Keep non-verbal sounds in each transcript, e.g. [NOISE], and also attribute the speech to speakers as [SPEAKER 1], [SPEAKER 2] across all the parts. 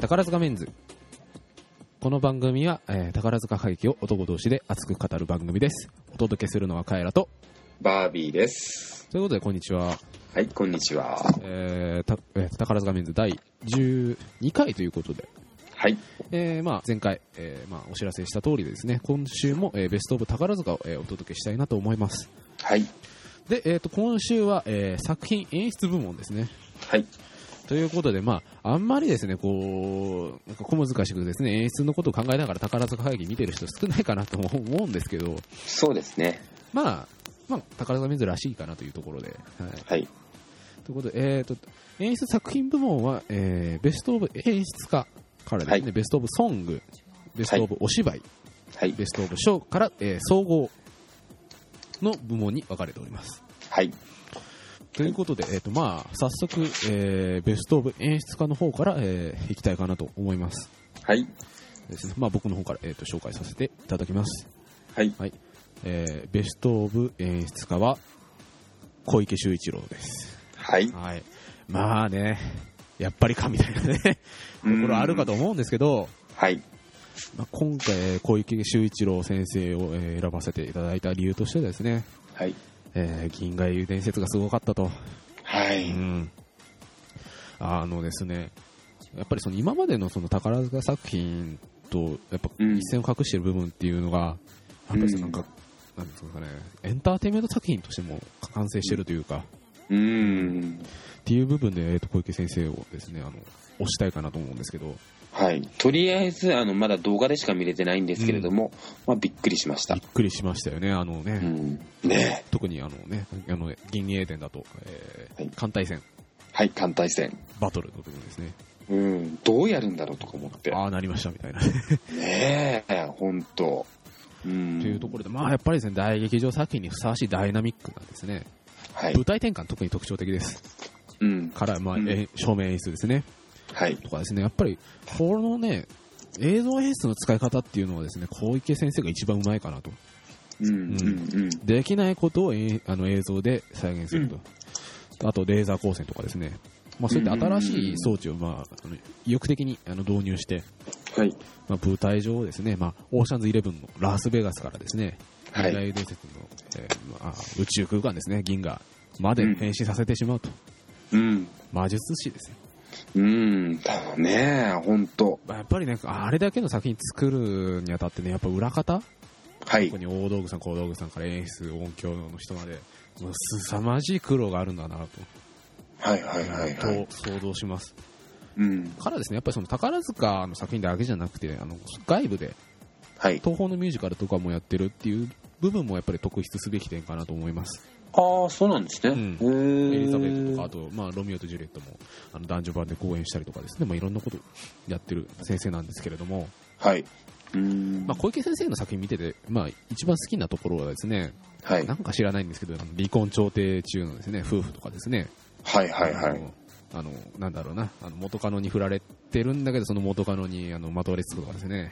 [SPEAKER 1] 宝塚メンズこの番組は、えー宝塚歌劇を男同士で熱く語る番組ですお届けするのはカエラと
[SPEAKER 2] バービーです。
[SPEAKER 1] ということでこんにちは、
[SPEAKER 2] はい、こんにちは。
[SPEAKER 1] えーたえー宝塚メンズ第12回ということで、
[SPEAKER 2] はい、
[SPEAKER 1] えーまあ、前回、えーまあ、お知らせした通りでですね今週も、えーベストオブ宝塚を、えーお届けしたいなと思います
[SPEAKER 2] はい、
[SPEAKER 1] で、えー、と今週は、えー作品演出部門ですね
[SPEAKER 2] はい、
[SPEAKER 1] ということで、まあ、あんまりですね、こう、なんか小難しくですね、演出のことを考えながら宝塚会議見てる人少ないかなとも思うんですけど、
[SPEAKER 2] そうですね。
[SPEAKER 1] まあ、まあ、宝塚メンズらしいかなというところで。はい。
[SPEAKER 2] はい、
[SPEAKER 1] ということで、えっ、と、演出作品部門は、えー、ベストオブ演出家からですね、
[SPEAKER 2] はい
[SPEAKER 1] ベストオブソング、ベストオブお芝居、
[SPEAKER 2] はい、
[SPEAKER 1] ベストオブショーから、えー総合の部門に分かれております。
[SPEAKER 2] はい、
[SPEAKER 1] ということで、えっ、と、まあ、早速、えー、ベストオブ演出家の方から、えー、いきたいかなと思います。
[SPEAKER 2] はい、
[SPEAKER 1] ですね、まあ、僕の方から、えー、と紹介させていただきます、
[SPEAKER 2] はい、
[SPEAKER 1] はいえーベスト・オブ演出家は小池秀一郎です、
[SPEAKER 2] はい。
[SPEAKER 1] はい、まあねやっぱりかみたいなねところあるかと思うんですけど、
[SPEAKER 2] はい、
[SPEAKER 1] まあ、今回えー小池秀一郎先生をえー選ばせていただいた理由としてですね、
[SPEAKER 2] はい、
[SPEAKER 1] えー銀河英雄伝説がすごかったと、
[SPEAKER 2] は
[SPEAKER 1] う
[SPEAKER 2] い、
[SPEAKER 1] ん、あのですねやっぱりその今までのその宝塚作品とやっぱ
[SPEAKER 2] うん
[SPEAKER 1] 一線を画してる部分っていうのが、やっぱりそのなんか、なんですかね、エンターテインメント作品としても完成してるというか、
[SPEAKER 2] うーん、
[SPEAKER 1] っていう部分で、えー、と小池先生をですねあの推したいかなと思うんですけど、
[SPEAKER 2] はい。とりあえず、あの、まだ動画でしか見れてないんですけれども、まあ、びっくりしまし
[SPEAKER 1] び
[SPEAKER 2] た
[SPEAKER 1] っ。くりしましたよね、あの
[SPEAKER 2] う
[SPEAKER 1] ね
[SPEAKER 2] ん、ね
[SPEAKER 1] 特にあのねあの銀英伝だと、えー
[SPEAKER 2] はい
[SPEAKER 1] 艦隊戦
[SPEAKER 2] えはい、艦隊戦。
[SPEAKER 1] バトルの部分ですね、
[SPEAKER 2] うん、どうやるんだろうとか思って。
[SPEAKER 1] ああ、なりましたみたいな。
[SPEAKER 2] ねえ、ほんと。うん。
[SPEAKER 1] というところで、まあ、やっぱりですね大劇場作品にふさわしいダイナミックなんですね。
[SPEAKER 2] はい。
[SPEAKER 1] 舞台転換特に特徴的です
[SPEAKER 2] うん。
[SPEAKER 1] から、まあ
[SPEAKER 2] うん
[SPEAKER 1] え照明演出ですね
[SPEAKER 2] はい。
[SPEAKER 1] とかですねやっぱりこのね映像演出の使い方っていうのはですね小池先生が一番うまいかなと
[SPEAKER 2] うん。
[SPEAKER 1] う
[SPEAKER 2] うんん。うん。
[SPEAKER 1] できないことをえあの映像で再現すると、あとレーザー光線とかですね、まあ、そういった新しい装置を、まあ、あの意欲的にあの導入して、
[SPEAKER 2] はい。
[SPEAKER 1] まあ、舞台上をですね、まあ、オーシャンズイレブンのラスベガスからですね、
[SPEAKER 2] はい
[SPEAKER 1] 未来伝説の、えーまあ、宇宙空間ですね銀河まで変身させてしまうと、
[SPEAKER 2] うん。
[SPEAKER 1] 魔術師ですね
[SPEAKER 2] うん、だろうね、ほんと。
[SPEAKER 1] まあやっぱりね、あれだけの作品作るにあたってね、やっぱ裏方、
[SPEAKER 2] はい
[SPEAKER 1] 特。に大道具さん、小道具さんから演出、音響の人まで、もう凄まじい苦労があるんだなと、
[SPEAKER 2] はいはいはいはい。
[SPEAKER 1] と想像します。
[SPEAKER 2] うん。
[SPEAKER 1] からですね、やっぱりその宝塚の作品だけじゃなくて、あの外部で
[SPEAKER 2] はい。
[SPEAKER 1] 東宝のミュージカルとかもやってるっていう部分もやっぱり特筆すべき点かなと思います。
[SPEAKER 2] ああ、そうなんですね。
[SPEAKER 1] うんエ
[SPEAKER 2] ー
[SPEAKER 1] リザベートとか、あと、まあ、ロミオとジュリエットもあの男女版で公演したりとかですね、まあ、いろんなことやってる先生なんですけれども、
[SPEAKER 2] はい。うん
[SPEAKER 1] まあ、小池先生の作品見てて、まあ、一番好きなところはですね、
[SPEAKER 2] はい。
[SPEAKER 1] なんか知らないんですけど、あの離婚調停中のですね、夫婦とかですね、
[SPEAKER 2] はいはいは
[SPEAKER 1] あ
[SPEAKER 2] い。
[SPEAKER 1] の、あのなんだろうな、あの元カノに振られてるんだけど、その元カノにあのまとわれつくとかですね、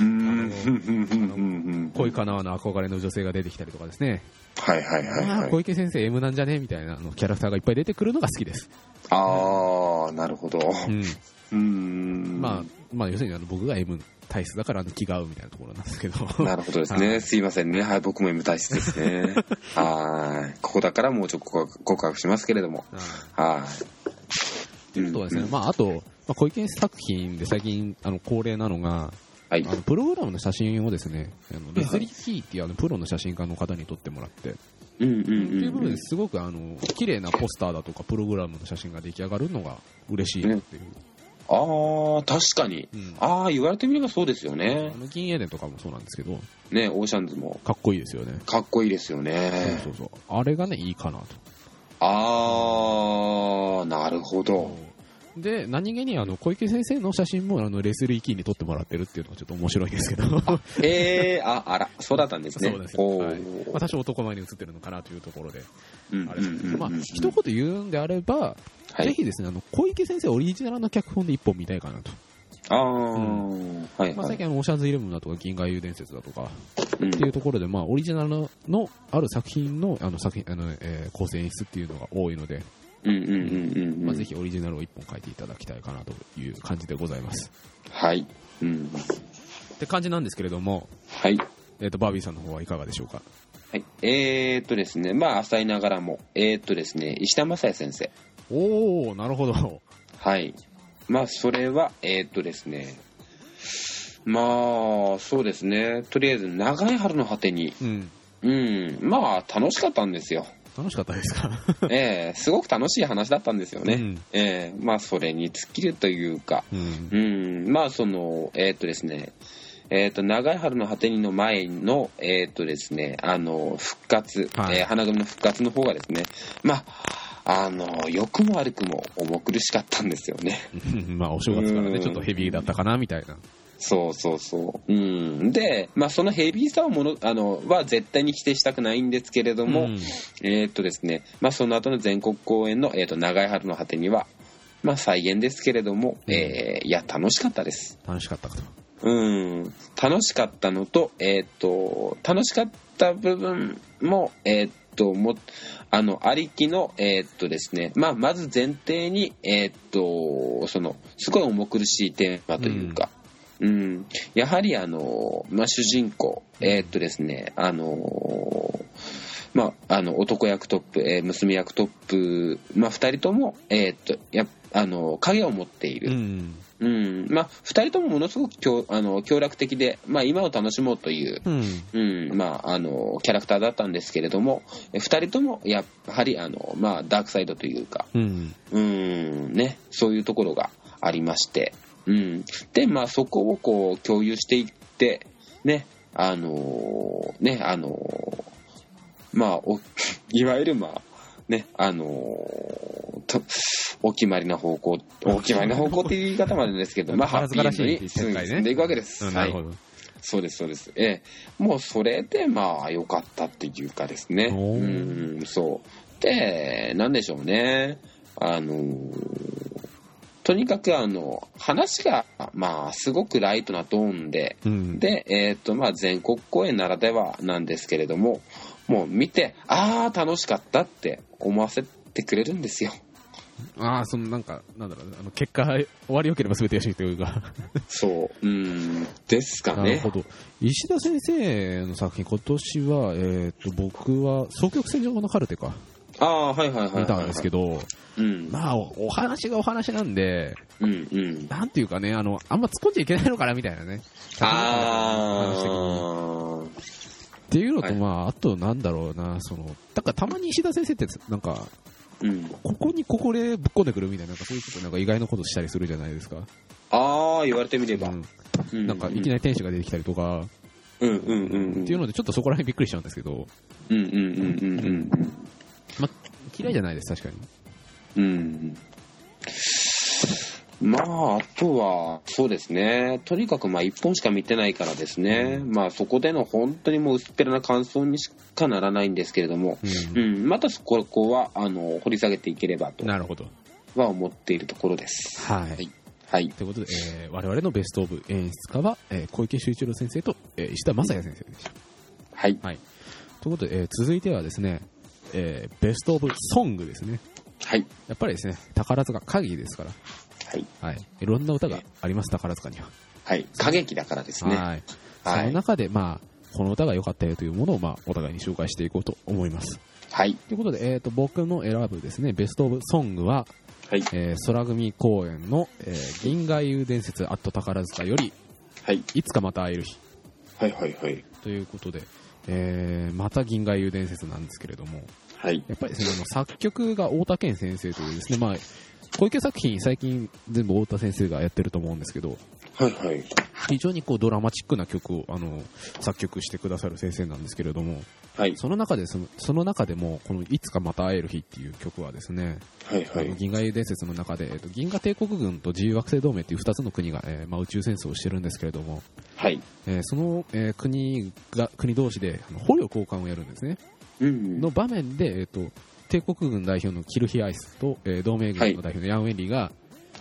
[SPEAKER 2] うん。
[SPEAKER 1] あ
[SPEAKER 2] う
[SPEAKER 1] の
[SPEAKER 2] んうんうんうんうん
[SPEAKER 1] 恋かなわの憧れの女性が出てきたりとかですね、
[SPEAKER 2] はいはいはい
[SPEAKER 1] まあ
[SPEAKER 2] は
[SPEAKER 1] 小
[SPEAKER 2] い。
[SPEAKER 1] 池先生 M なんじゃねみたいなあのキャラクターがいっぱい出てくるのが好きです。
[SPEAKER 2] ああ、なるほど。
[SPEAKER 1] うん。
[SPEAKER 2] うん。
[SPEAKER 1] まあ、まあ、要するにあの僕が M 体質だからあの気が合うみたいなところなんですけど。 [LAUGHS]
[SPEAKER 2] なるほどです
[SPEAKER 1] は
[SPEAKER 2] ね。
[SPEAKER 1] い
[SPEAKER 2] すいませんね。はい、僕も M 体質で
[SPEAKER 1] [LAUGHS]
[SPEAKER 2] すね。はーい。ここだからもうちょっと告白告白しますけれども。
[SPEAKER 1] うん
[SPEAKER 2] はーい。
[SPEAKER 1] そうですね、
[SPEAKER 2] ん
[SPEAKER 1] まあ、あと、まあ、小池作品で最近あの恒例なのが、
[SPEAKER 2] はい
[SPEAKER 1] あ。のプログラムの写真をですね、あのレスリー・キーっていうあのプロの写真家の方に撮ってもらって、
[SPEAKER 2] うんうん
[SPEAKER 1] と
[SPEAKER 2] うん。
[SPEAKER 1] いう部分ですごくあの綺麗なポスターだとか、プログラムの写真が出来上がるのが嬉しいなっていう、
[SPEAKER 2] ああ、確かに。
[SPEAKER 1] うん
[SPEAKER 2] ああ、言われてみればそうですよね
[SPEAKER 1] あ。の銀英伝とかもそうなんですけど、
[SPEAKER 2] ね、オーシャンズも
[SPEAKER 1] かっこいいですよね、
[SPEAKER 2] かっこいいですよね。
[SPEAKER 1] そうそうそう、あれがね、いいかなと。
[SPEAKER 2] あー、なるほど。
[SPEAKER 1] で何気にあの小池先生の写真もあのレスリー・キーに撮ってもらってるっていうのがちょっと面白いんですけど、
[SPEAKER 2] [LAUGHS]
[SPEAKER 1] ま
[SPEAKER 2] えー、あ、あら、そうだったんですね。
[SPEAKER 1] そうです
[SPEAKER 2] おー
[SPEAKER 1] はいあ多少男前に写ってるのかなというところで、
[SPEAKER 2] うん
[SPEAKER 1] あれですねまあ、一言
[SPEAKER 2] は
[SPEAKER 1] 言うんであれば、
[SPEAKER 2] い、
[SPEAKER 1] ぜひですね、あの、小池先生オリジナルの脚本で一本見たいかなと。
[SPEAKER 2] あー、はい
[SPEAKER 1] まあ、
[SPEAKER 2] は
[SPEAKER 1] 最
[SPEAKER 2] い。
[SPEAKER 1] 近、オーシャンズイレブンだとか、銀河遊伝説だとか、
[SPEAKER 2] うん
[SPEAKER 1] っていうところで、まあ、オリジナルのある作品の、あの、作品、あの、えー構成演出っていうのが多いので、
[SPEAKER 2] うんうんうんうん。
[SPEAKER 1] まあ、ぜひオリジナルを1本書いていただきたいかなという感じでございます。
[SPEAKER 2] はい。うん。
[SPEAKER 1] って感じなんですけれども、
[SPEAKER 2] はい。
[SPEAKER 1] えっとバービーさんの方はいかがでしょうか
[SPEAKER 2] はい。えーっとですね、まあ、浅いながらも、えーっとですね、石田正也先生。
[SPEAKER 1] おおなるほど
[SPEAKER 2] はい。まあ、それは、えーっとですね、まあ、そうですね、とりあえず、長い春の果てに、
[SPEAKER 1] うん
[SPEAKER 2] うん、まあ、楽しかった
[SPEAKER 1] [LAUGHS]
[SPEAKER 2] んですよ。
[SPEAKER 1] 楽しかったですか
[SPEAKER 2] ええすごく楽しい話だったんですよね。
[SPEAKER 1] うん
[SPEAKER 2] ええまあ、それに尽きるというか、
[SPEAKER 1] うん
[SPEAKER 2] うん、まあ、その、えーっとですね、えーっと、長い春の果てにの前の、えーっとですね、あの、復活、
[SPEAKER 1] はい
[SPEAKER 2] えー花組の復活の方がですね、まあ、あの、良くも悪くも重苦しかったんですよね。
[SPEAKER 1] [LAUGHS] まあお正月から
[SPEAKER 2] う
[SPEAKER 1] ね
[SPEAKER 2] ん
[SPEAKER 1] ちょっとヘビーだったかなみたいな
[SPEAKER 2] そうそうそう。うん。で、まあ、そのヘビーさをもの、あの、は絶対に否定したくないんですけれど
[SPEAKER 1] う
[SPEAKER 2] も、
[SPEAKER 1] ん
[SPEAKER 2] えーっとですね、まあ、その後の全国公演の、えーっと、長い春の果てには、まあ、再演ですけれども、えーいや、楽しかったです。
[SPEAKER 1] 楽しかったかと
[SPEAKER 2] うん、楽しかったのと、えーっ、と、楽しかった部分も、えーっ、と、も、あの、ありきの、えーっ、とですね、まあ、まず前提に、えーっ、と、その、すごい重苦しいテーマというか、うん、やはりあの、まあ、主人公、えーっ、とですね、あの、まあ、あの、男役トップ、えー娘役トップ、まあ、二人とも、えーっ、と、やっあの、影を持っている。
[SPEAKER 1] うん
[SPEAKER 2] うん、まあ、二人ともものすごく強あの協力的で、まあ、今を楽しもうという、
[SPEAKER 1] うん
[SPEAKER 2] うん、まあ、あの、キャラクターだったんですけれども、え二人とも、やっぱり、あの、まあ、ダークサイドというか、
[SPEAKER 1] うん
[SPEAKER 2] うん、ね、そういうところがありまして、うん。で、まあ、そこをこう、共有していって、ね、あのーね、あのーまあ、お、 [LAUGHS] いわゆる、まあ、ね、あのーと、お決まりな方向、お決まりな方向っていう言い方もあるんですけど、まあ、ハ
[SPEAKER 1] 宝
[SPEAKER 2] ッピ
[SPEAKER 1] 塚らしい
[SPEAKER 2] ーに
[SPEAKER 1] 展開ね
[SPEAKER 2] 進んでいくわけです。
[SPEAKER 1] うん
[SPEAKER 2] は
[SPEAKER 1] ないるほ。ど
[SPEAKER 2] そうです、そうです。ええ。もうそれで、まあ、良かったっていうかですね。
[SPEAKER 1] お
[SPEAKER 2] う
[SPEAKER 1] ー
[SPEAKER 2] ん、そう。で、なんでしょうね。あのーとにかく、あの、話が、まあ、すごくライトなトーンで、
[SPEAKER 1] うん
[SPEAKER 2] で、えっ、と、まあ、全国公演ならではなんですけれども、もう見て、ああ、楽しかったって思わせてくれるんで
[SPEAKER 1] [LAUGHS]
[SPEAKER 2] すよ。
[SPEAKER 1] ああそのなんかなんだろうねあの結果終わりよければ全てよしというか
[SPEAKER 2] そう。うん、です
[SPEAKER 1] [LAUGHS]
[SPEAKER 2] か
[SPEAKER 1] なる
[SPEAKER 2] ね
[SPEAKER 1] ほ。ど石田先生の作品今年はえっと僕は双極戦場のカルテか
[SPEAKER 2] ああ、はいはいはいはい、
[SPEAKER 1] 見たんですけ
[SPEAKER 2] ど。
[SPEAKER 1] ど
[SPEAKER 2] うん、
[SPEAKER 1] まあおお話がお話なんで
[SPEAKER 2] うん、うん。
[SPEAKER 1] なんていうかね、あの、あんま突っ込んじゃいけないのかなみたいなね。
[SPEAKER 2] あ
[SPEAKER 1] 話的に
[SPEAKER 2] あ
[SPEAKER 1] っていうのと、
[SPEAKER 2] はい
[SPEAKER 1] まあ、あとなんだろうな、その、だからたまに石田先生って、なんか、
[SPEAKER 2] うん、
[SPEAKER 1] ここにここでぶっ込んでくるみたいな、なんかそういうこと、なんか意外なことしたりするじゃないですか。
[SPEAKER 2] ああ言われてみれば、
[SPEAKER 1] うん
[SPEAKER 2] う
[SPEAKER 1] なんか、いきな
[SPEAKER 2] り
[SPEAKER 1] り天使が出てきたりとか、
[SPEAKER 2] うんうんうんうん
[SPEAKER 1] っていうので、ちょっとそこら辺びっくりしちゃうんですけど、
[SPEAKER 2] うんうんうんうん
[SPEAKER 1] 嫌いじゃないです、確かに。
[SPEAKER 2] うんうんまあ、あとは、そうですね。とにかく、まあ、一本しか見てないからですね。まあ、そこでの本当にもう薄っぺらな感想にしかならないんですけれども、うん、またそこは、あの、掘り下げていければと
[SPEAKER 1] なるほど。
[SPEAKER 2] は思っているところです。
[SPEAKER 1] はい。
[SPEAKER 2] はいはい。
[SPEAKER 1] ということで、えー我々のベストオブ演出家は、えー小池修一郎先生と、えー石田正也先生でした。
[SPEAKER 2] はい。
[SPEAKER 1] ということで、えー続いてはですね、えーベストオブソングですね。
[SPEAKER 2] はい。
[SPEAKER 1] やっぱりですね、宝塚歌劇ですから、
[SPEAKER 2] はい。
[SPEAKER 1] はい。いろんな歌があります、宝塚には。
[SPEAKER 2] はい。歌劇だからですね。
[SPEAKER 1] はい。
[SPEAKER 2] はい
[SPEAKER 1] その中で、まあ、この歌が良かったよというものを、まあ、お互いに紹介していこうと思います。
[SPEAKER 2] はい。
[SPEAKER 1] ということで、えっ、と、僕の選ぶですね、ベストオブソングは、
[SPEAKER 2] はい。
[SPEAKER 1] えー空組公演の、えー銀河遊伝説アット宝塚より、
[SPEAKER 2] はい。
[SPEAKER 1] いつかまた会える日
[SPEAKER 2] はいはいはい。
[SPEAKER 1] ということで、えーまた銀河遊伝説なんですけれども、
[SPEAKER 2] はい。
[SPEAKER 1] やっぱりそのあの作曲が太田健先生というですね、まあ、小池作品最近全部太田先生がやってると思うんですけど、
[SPEAKER 2] はいはい。
[SPEAKER 1] 非常にこうドラマチックな曲をあの作曲してくださる先生なんですけれども、
[SPEAKER 2] はい。
[SPEAKER 1] その中でそのその中でも、このいつかまた会える日っていう曲はですね、
[SPEAKER 2] はいは
[SPEAKER 1] あの
[SPEAKER 2] い。
[SPEAKER 1] 銀河英伝説の中で、えっと、銀河帝国軍と自由惑星同盟っていう2つの国が、えーまあ、宇宙戦争をしてるんですけれども、
[SPEAKER 2] はい。
[SPEAKER 1] えーその、えー国が国同士であの捕虜交換をやるんですね。
[SPEAKER 2] うん。
[SPEAKER 1] の場面で、えっと帝国軍代表のキルヒアイスと、えー同盟軍の代表のヤン・ウェンリーが、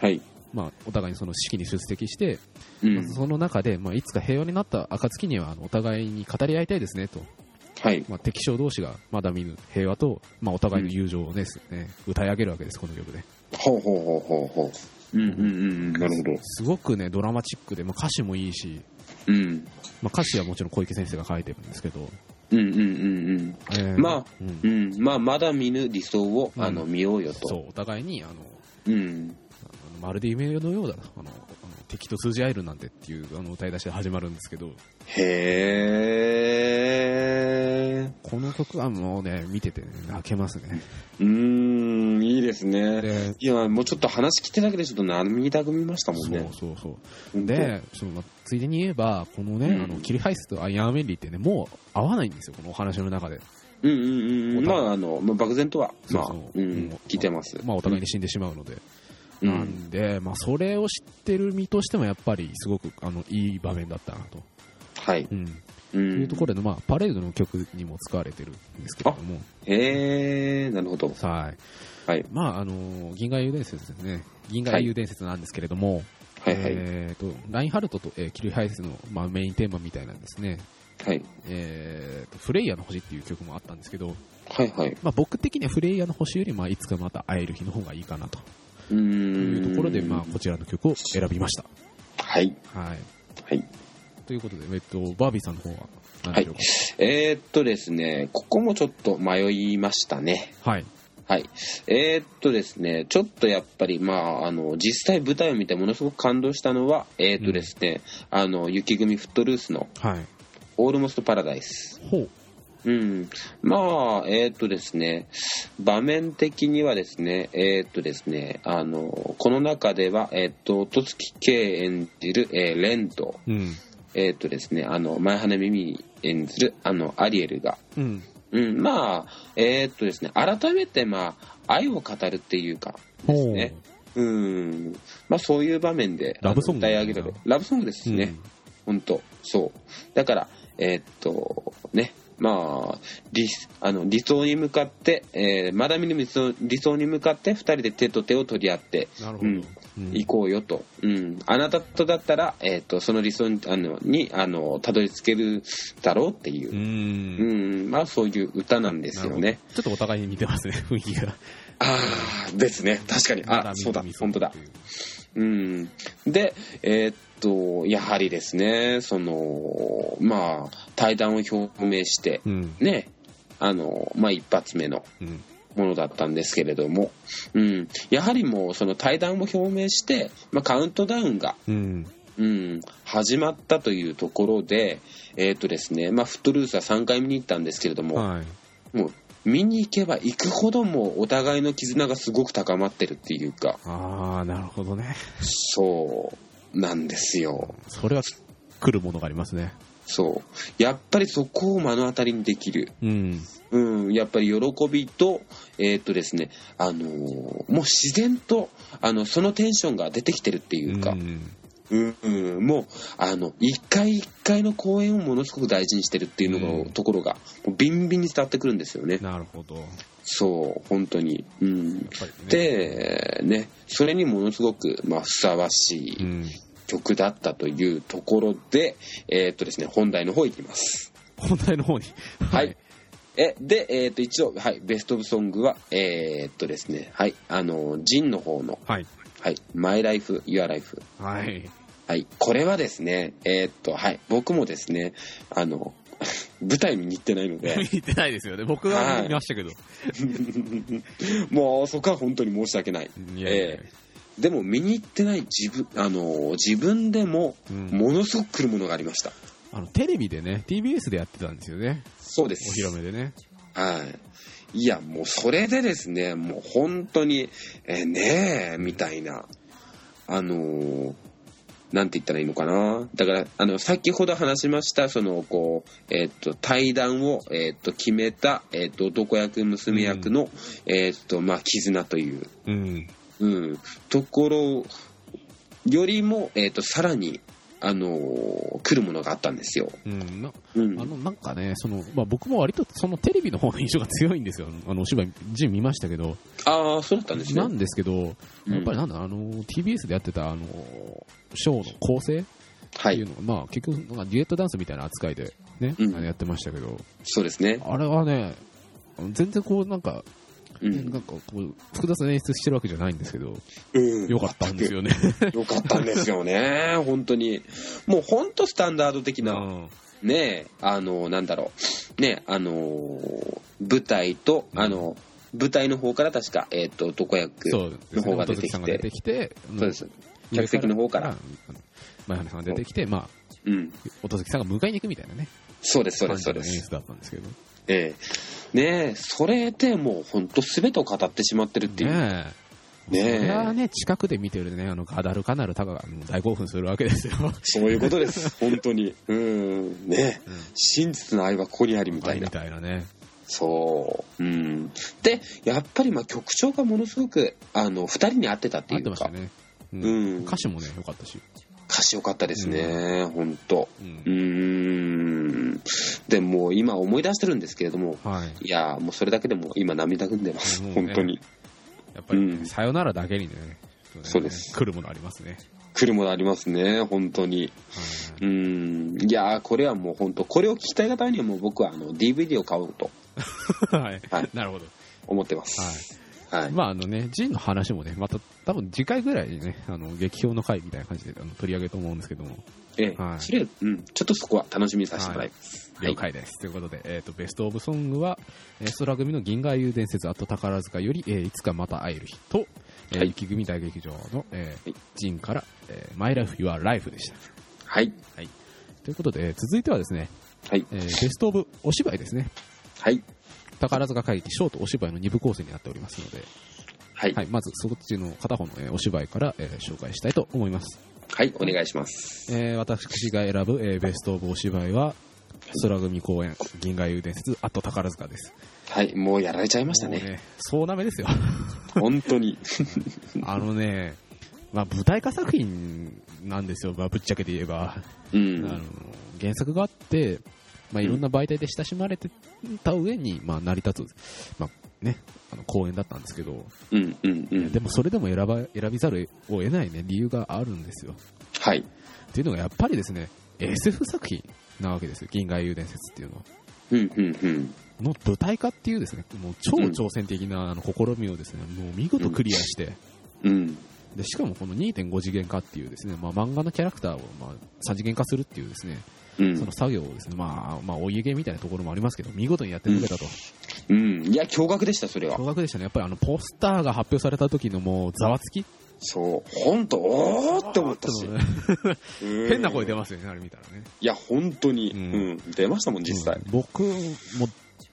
[SPEAKER 2] はい。
[SPEAKER 1] まあ、お互いにその式に出席して、
[SPEAKER 2] うん。
[SPEAKER 1] その中で、まあ、いつか平和になった暁にはあのお互いに語り合いたいですねと
[SPEAKER 2] はい。
[SPEAKER 1] まあ、敵将同士がまだ見ぬ平和と、まあ、お互いの友情をですね、歌い上げるわけです、この曲で。
[SPEAKER 2] ほうほうほうほうほう。うんうんうんうん。なるほど。
[SPEAKER 1] すごくね、ドラマチックで、まあ、歌詞もいいし、
[SPEAKER 2] うん。
[SPEAKER 1] まあ、歌詞はもちろん小池先生が書いてるんですけど、
[SPEAKER 2] うんうんうん
[SPEAKER 1] えー
[SPEAKER 2] まあ
[SPEAKER 1] うん
[SPEAKER 2] うん。うん。まあ、まだ見ぬ理想を、
[SPEAKER 1] うん
[SPEAKER 2] あの、見ようよと。
[SPEAKER 1] そう、お互いに、あの、
[SPEAKER 2] うん。
[SPEAKER 1] あのまるで夢のようだとあのあの敵と通じ合えるなんてっていうあの歌い出しで始まるんですけど
[SPEAKER 2] へー。
[SPEAKER 1] この曲はもうね見てて、ね、泣けます
[SPEAKER 2] [LAUGHS]
[SPEAKER 1] ね
[SPEAKER 2] うーん、いいですね。
[SPEAKER 1] で
[SPEAKER 2] いや、もうちょっと話聞いてだけでちょっと涙ぐみましたもん
[SPEAKER 1] そう
[SPEAKER 2] ね。
[SPEAKER 1] そうそう
[SPEAKER 2] ほんと
[SPEAKER 1] で、そのまついでに言えばこのね、
[SPEAKER 2] うん
[SPEAKER 1] あのキリハイスとアイアンアメリーってねもう合わないんですよこのお話の中で、
[SPEAKER 2] うんうんうん。まあ、あの、まあ、漠然とは、まあ、
[SPEAKER 1] そううそうんもう、
[SPEAKER 2] 聞いてます。
[SPEAKER 1] まあ、お互いに死んでしまうので、
[SPEAKER 2] うん
[SPEAKER 1] なんで、まあ、それを知ってる身としてもやっぱりすごくあのいい場面だったなと、
[SPEAKER 2] はい。
[SPEAKER 1] うん
[SPEAKER 2] う
[SPEAKER 1] と
[SPEAKER 2] ん。
[SPEAKER 1] いうところで、まあ、パレードの曲にも使われてるんですけれども
[SPEAKER 2] へー、なるほど。
[SPEAKER 1] はい
[SPEAKER 2] はい。
[SPEAKER 1] まああの銀河英雄伝説ですね銀河英雄伝説なんですけれども、
[SPEAKER 2] はいはい。
[SPEAKER 1] えーとラインハルトと、えーキルハイスの、まあ、メインテーマみたいなんですね、
[SPEAKER 2] はい。
[SPEAKER 1] えーとフレイヤの星っていう曲もあったんですけど、
[SPEAKER 2] はいはい。
[SPEAKER 1] まあ、僕的にはフレイヤの星より、まあ、いつかまた会える日の方がいいかなと
[SPEAKER 2] うーん。
[SPEAKER 1] いうところで、まあ、こちらの曲を選びました、
[SPEAKER 2] はい。
[SPEAKER 1] はい、
[SPEAKER 2] はい。
[SPEAKER 1] ということで、えっと、バービーさんの方は何でしょうか、
[SPEAKER 2] えーっとですね、ここもちょっと迷いましたね。
[SPEAKER 1] はい
[SPEAKER 2] はい。えーっとですね、ちょっとやっぱり、まあ、あの、実際舞台を見てものすごく感動したのは、えーっとですね、あの、雪組フットルースの
[SPEAKER 1] はい、
[SPEAKER 2] オールモストパラダイス。
[SPEAKER 1] ほう
[SPEAKER 2] うん。まあ、えーっとですね、場面的にはですね、えーっとですね、あの、この中では、えーっと、戸月圭演じる、えーレンと、
[SPEAKER 1] うん
[SPEAKER 2] えーっとですね、あの、前羽耳演じる、あの、アリエルが、
[SPEAKER 1] うん
[SPEAKER 2] うん、まあ、えーっとですね、改めて、まあ、愛を語るっていうか、
[SPEAKER 1] ほ
[SPEAKER 2] すねうん、まあ、そういう場面で、
[SPEAKER 1] ラブソング
[SPEAKER 2] あの歌い上げられるラブソングです
[SPEAKER 1] うん
[SPEAKER 2] ね、本当そう。だから、えーっと、ね、まあ、理あの理想に向かって、えーまだ見ぬ理想理想に向かって、二人で手と手を取り合って、
[SPEAKER 1] なるほど、
[SPEAKER 2] うん
[SPEAKER 1] うん
[SPEAKER 2] 行こうよと、うん、あなたとだったら、えーっとその理想にあのにあのたどり着けるだろうっていう
[SPEAKER 1] う、ん
[SPEAKER 2] うん、まあそういう歌なんですよね。
[SPEAKER 1] ちょっとお互いに似てますね、雰囲気が。
[SPEAKER 2] ああ、ですね。確かに。
[SPEAKER 1] ま
[SPEAKER 2] あ、
[SPEAKER 1] 見
[SPEAKER 2] そうだ
[SPEAKER 1] 見。
[SPEAKER 2] 本当だ
[SPEAKER 1] と。いう
[SPEAKER 2] うん。で、えーっと、やはりですね、その、まあ、対談を表明して、
[SPEAKER 1] うん。
[SPEAKER 2] ね、あの、まあ、一発目の
[SPEAKER 1] うん。
[SPEAKER 2] ものだったんですけれども、うん。やはりもう、その対談を表明して、まあ、カウントダウンが、
[SPEAKER 1] うん。
[SPEAKER 2] うん、始まったというところで、えーっとですね、まあ、フットルースは3回見に行ったんですけれども、
[SPEAKER 1] はい。
[SPEAKER 2] もう見に行けば行くほどもうお互いの絆がすごく高まってるっていうか
[SPEAKER 1] ああ、なるほどね。
[SPEAKER 2] そうなんですよ
[SPEAKER 1] それは来るものがありますね。
[SPEAKER 2] そうやっぱりそこを目の当たりにできる
[SPEAKER 1] うん。
[SPEAKER 2] うんやっぱり喜びとえーっとですねあのーもう自然とあのそのテンションが出てきてるっていうか、
[SPEAKER 1] ん
[SPEAKER 2] うんうんもうあの一回一回の公演をものすごく大事にしてるっていうのが、
[SPEAKER 1] うん
[SPEAKER 2] ところがもうビンビンに伝わってくるんですよね
[SPEAKER 1] なるほど。やっ
[SPEAKER 2] そう本当にうん
[SPEAKER 1] ぱりね、
[SPEAKER 2] で、ね、それにものすごく、まあ、ふさわし
[SPEAKER 1] う
[SPEAKER 2] い
[SPEAKER 1] ん。
[SPEAKER 2] 曲だったというところで、えーっとですね、本題の方いきます。
[SPEAKER 1] 本題の方に。
[SPEAKER 2] はい。。え、で、えーっと、一応、はい、ベストオブソングは、えーっとですね、はい、あの、ジンの方の、
[SPEAKER 1] はい。
[SPEAKER 2] はい、My Life, Your Life。
[SPEAKER 1] はい。
[SPEAKER 2] はい、これはですね、えーっと、はい、僕もですね、あの、 [LAUGHS] 舞台見に行ってないので、
[SPEAKER 1] [LAUGHS] 見てないですよね。僕は見ましたけど。
[SPEAKER 2] もうそこは本当に申し訳ない。
[SPEAKER 1] いやいやいや
[SPEAKER 2] えでも見に行ってない自分、あの、自分でも、
[SPEAKER 1] うん
[SPEAKER 2] ものすごく来るものがありました。
[SPEAKER 1] あの、テレビでね、TBS でやってたんですよね。
[SPEAKER 2] そうで
[SPEAKER 1] お
[SPEAKER 2] す。
[SPEAKER 1] 披露目でね。
[SPEAKER 2] はい。いや、もうそれでですね、もう本当に、えーねえ、みたいな、あのーなんて言ったらいいのかな。だから、あの、先ほど話しました、その、こう、えーっと、対談を、えーっと、決めた、えーっと、男役、娘役の、えーっと、まあ、絆という、
[SPEAKER 1] うん。
[SPEAKER 2] うん、ところよりも、えーっと、さらに、あのー来るものがあったんですよ。
[SPEAKER 1] うん。な
[SPEAKER 2] うん
[SPEAKER 1] あの、なんかね、その、まあ僕も割とそのテレビの方の印象が強いんですよ。あの、お芝居、ジン見ましたけど。
[SPEAKER 2] ああ、そうだったんですね。
[SPEAKER 1] なんですけど、
[SPEAKER 2] うん
[SPEAKER 1] やっぱりなんだ、あの、TBS でやってた、あの、ショーの構成っ
[SPEAKER 2] は
[SPEAKER 1] てい。
[SPEAKER 2] いう
[SPEAKER 1] のが、まあ結局、なんかデュエットダンスみたいな扱いで、ね、
[SPEAKER 2] うん
[SPEAKER 1] あのやってましたけど、
[SPEAKER 2] そうですね。
[SPEAKER 1] あれはね、全然こうなんか、
[SPEAKER 2] う
[SPEAKER 1] なん
[SPEAKER 2] ん。
[SPEAKER 1] かこう、複雑な演出してるわけじゃないんですけど、
[SPEAKER 2] うん
[SPEAKER 1] よかったんですよね。
[SPEAKER 2] よかったんですよね、本当に。もう本当スタンダード的
[SPEAKER 1] う
[SPEAKER 2] な、
[SPEAKER 1] ん
[SPEAKER 2] ね、あの、なんだろう、ね、あのー、舞台と、あの、舞台の方から確か、えっ、と、男役
[SPEAKER 1] そうですね
[SPEAKER 2] の方が出て
[SPEAKER 1] 元木さん
[SPEAKER 2] き
[SPEAKER 1] が出て
[SPEAKER 2] て、
[SPEAKER 1] きて、
[SPEAKER 2] そうです。客席の方から、
[SPEAKER 1] 前原さんが出てきて、まあ、
[SPEAKER 2] うん。
[SPEAKER 1] 音月さんが迎えに行くみたいなね、
[SPEAKER 2] そうです、そうで
[SPEAKER 1] 感じ
[SPEAKER 2] す、そう
[SPEAKER 1] の
[SPEAKER 2] で
[SPEAKER 1] 演
[SPEAKER 2] す。
[SPEAKER 1] 出だったんですけど、ね
[SPEAKER 2] ええ。ねえ、それでもう本当全てを語ってしまってるっていう。
[SPEAKER 1] え。
[SPEAKER 2] ねえ
[SPEAKER 1] それはね、近くで見てるね、あの、ガダルカナルタカがもう大興奮するわけですよ。
[SPEAKER 2] そういうことです、本当に。うん、ねえ
[SPEAKER 1] うん
[SPEAKER 2] 真実の愛はここにありみたい
[SPEAKER 1] み
[SPEAKER 2] な。
[SPEAKER 1] たいなね。
[SPEAKER 2] そう。うん。で、やっぱりまあ曲調がものすごく、あの、二人に合ってたって
[SPEAKER 1] 合
[SPEAKER 2] い
[SPEAKER 1] って
[SPEAKER 2] う
[SPEAKER 1] まし
[SPEAKER 2] か、
[SPEAKER 1] たね。う
[SPEAKER 2] うん
[SPEAKER 1] 歌詞もね、良かったし。
[SPEAKER 2] 歌詞良かったですね、本当
[SPEAKER 1] う
[SPEAKER 2] うんーん。でもう今思い出してるんですけれども、
[SPEAKER 1] はい。
[SPEAKER 2] いやーもうそれだけでも今涙ぐんでます、
[SPEAKER 1] もうね
[SPEAKER 2] 本当に。
[SPEAKER 1] やっぱりね、
[SPEAKER 2] うん
[SPEAKER 1] さよならだけにね、ちょっとね
[SPEAKER 2] そうです
[SPEAKER 1] 来るものありますね。
[SPEAKER 2] 来るものありますね、本当に。
[SPEAKER 1] はい
[SPEAKER 2] うん。いやーこれはもう本当これを聞きたい方にはもう僕はあの DVD を買おうと
[SPEAKER 1] はい
[SPEAKER 2] はい。
[SPEAKER 1] なるほど。
[SPEAKER 2] 思ってます。
[SPEAKER 1] はい。
[SPEAKER 2] はい。
[SPEAKER 1] まああのね、ジンの話もね、また多分次回ぐらいにね、あの、劇評の回みたいな感じであの取り上げると思うんですけども、
[SPEAKER 2] ええ
[SPEAKER 1] はい
[SPEAKER 2] それ、うん、ちょっとそこは楽しみにさせてもらいます。はい
[SPEAKER 1] 了解です。ということで、えっ、と、ベストオブソングは、えーストラ組の銀河英雄伝説、あと宝塚より、えーいつかまた会える日と、えー
[SPEAKER 2] はい
[SPEAKER 1] 雪組大劇場の、えー
[SPEAKER 2] はい
[SPEAKER 1] ジンから、えー、My Life Your Life でした。
[SPEAKER 2] はい。
[SPEAKER 1] ということで、えー続いてはですね、
[SPEAKER 2] はい。
[SPEAKER 1] えーベストオブお芝居ですね。
[SPEAKER 2] はい。
[SPEAKER 1] 宝塚会劇、ショートお芝居の2部構成になっておりますので、
[SPEAKER 2] はい
[SPEAKER 1] は。い、まずそっちの片方の、えーお芝居から、えー紹介したいと思います。
[SPEAKER 2] はい、お願いします。
[SPEAKER 1] えー私が選ぶ、えーベストオブお芝居は空組公演銀河優伝説あと宝塚です
[SPEAKER 2] はい、もうやられちゃいました
[SPEAKER 1] もう
[SPEAKER 2] ね。
[SPEAKER 1] そうなめですよ
[SPEAKER 2] [LAUGHS] 本当に。
[SPEAKER 1] あのねまあ舞台化作品なんですよ、まあ、ぶっちゃけて言えば、
[SPEAKER 2] う
[SPEAKER 1] あの
[SPEAKER 2] ん。
[SPEAKER 1] 原作があって、まあ、いろんな媒体で親しまれてた上に、まあ、成り立つ、まあね、あの公演だったんですけど、
[SPEAKER 2] うん、うん、うん
[SPEAKER 1] で。もそれでも選ば選びざるを得ない、ね、理由があるんですよ。
[SPEAKER 2] はい。
[SPEAKER 1] っていうのがやっぱりですね SF 作品なわけですよ、銀河優伝説っていうのは。
[SPEAKER 2] うん、うん、うん。
[SPEAKER 1] の舞台化っていうですねもう超挑戦的なあの試みをですね、もう見事クリアして、
[SPEAKER 2] うん。
[SPEAKER 1] でしかもこの2.5次元化っていうですね、まあ、漫画のキャラクターをまあ3次元化するっていうですね
[SPEAKER 2] うん
[SPEAKER 1] その作業をですね、まあ、まあお家芸みたいなところもありますけど見事にやってくれたと
[SPEAKER 2] うん。いや、驚愕でした、それは。
[SPEAKER 1] 驚愕でしたねやっぱりあのポスターが発表された時のもうざわつき
[SPEAKER 2] そう。本当おーって思ったし。
[SPEAKER 1] あーってのね変
[SPEAKER 2] 変
[SPEAKER 1] な声出
[SPEAKER 2] ま
[SPEAKER 1] ますよねあれ見たらね
[SPEAKER 2] いや、本当に。
[SPEAKER 1] う
[SPEAKER 2] うんん。出ましたもん、実際
[SPEAKER 1] う。ん僕も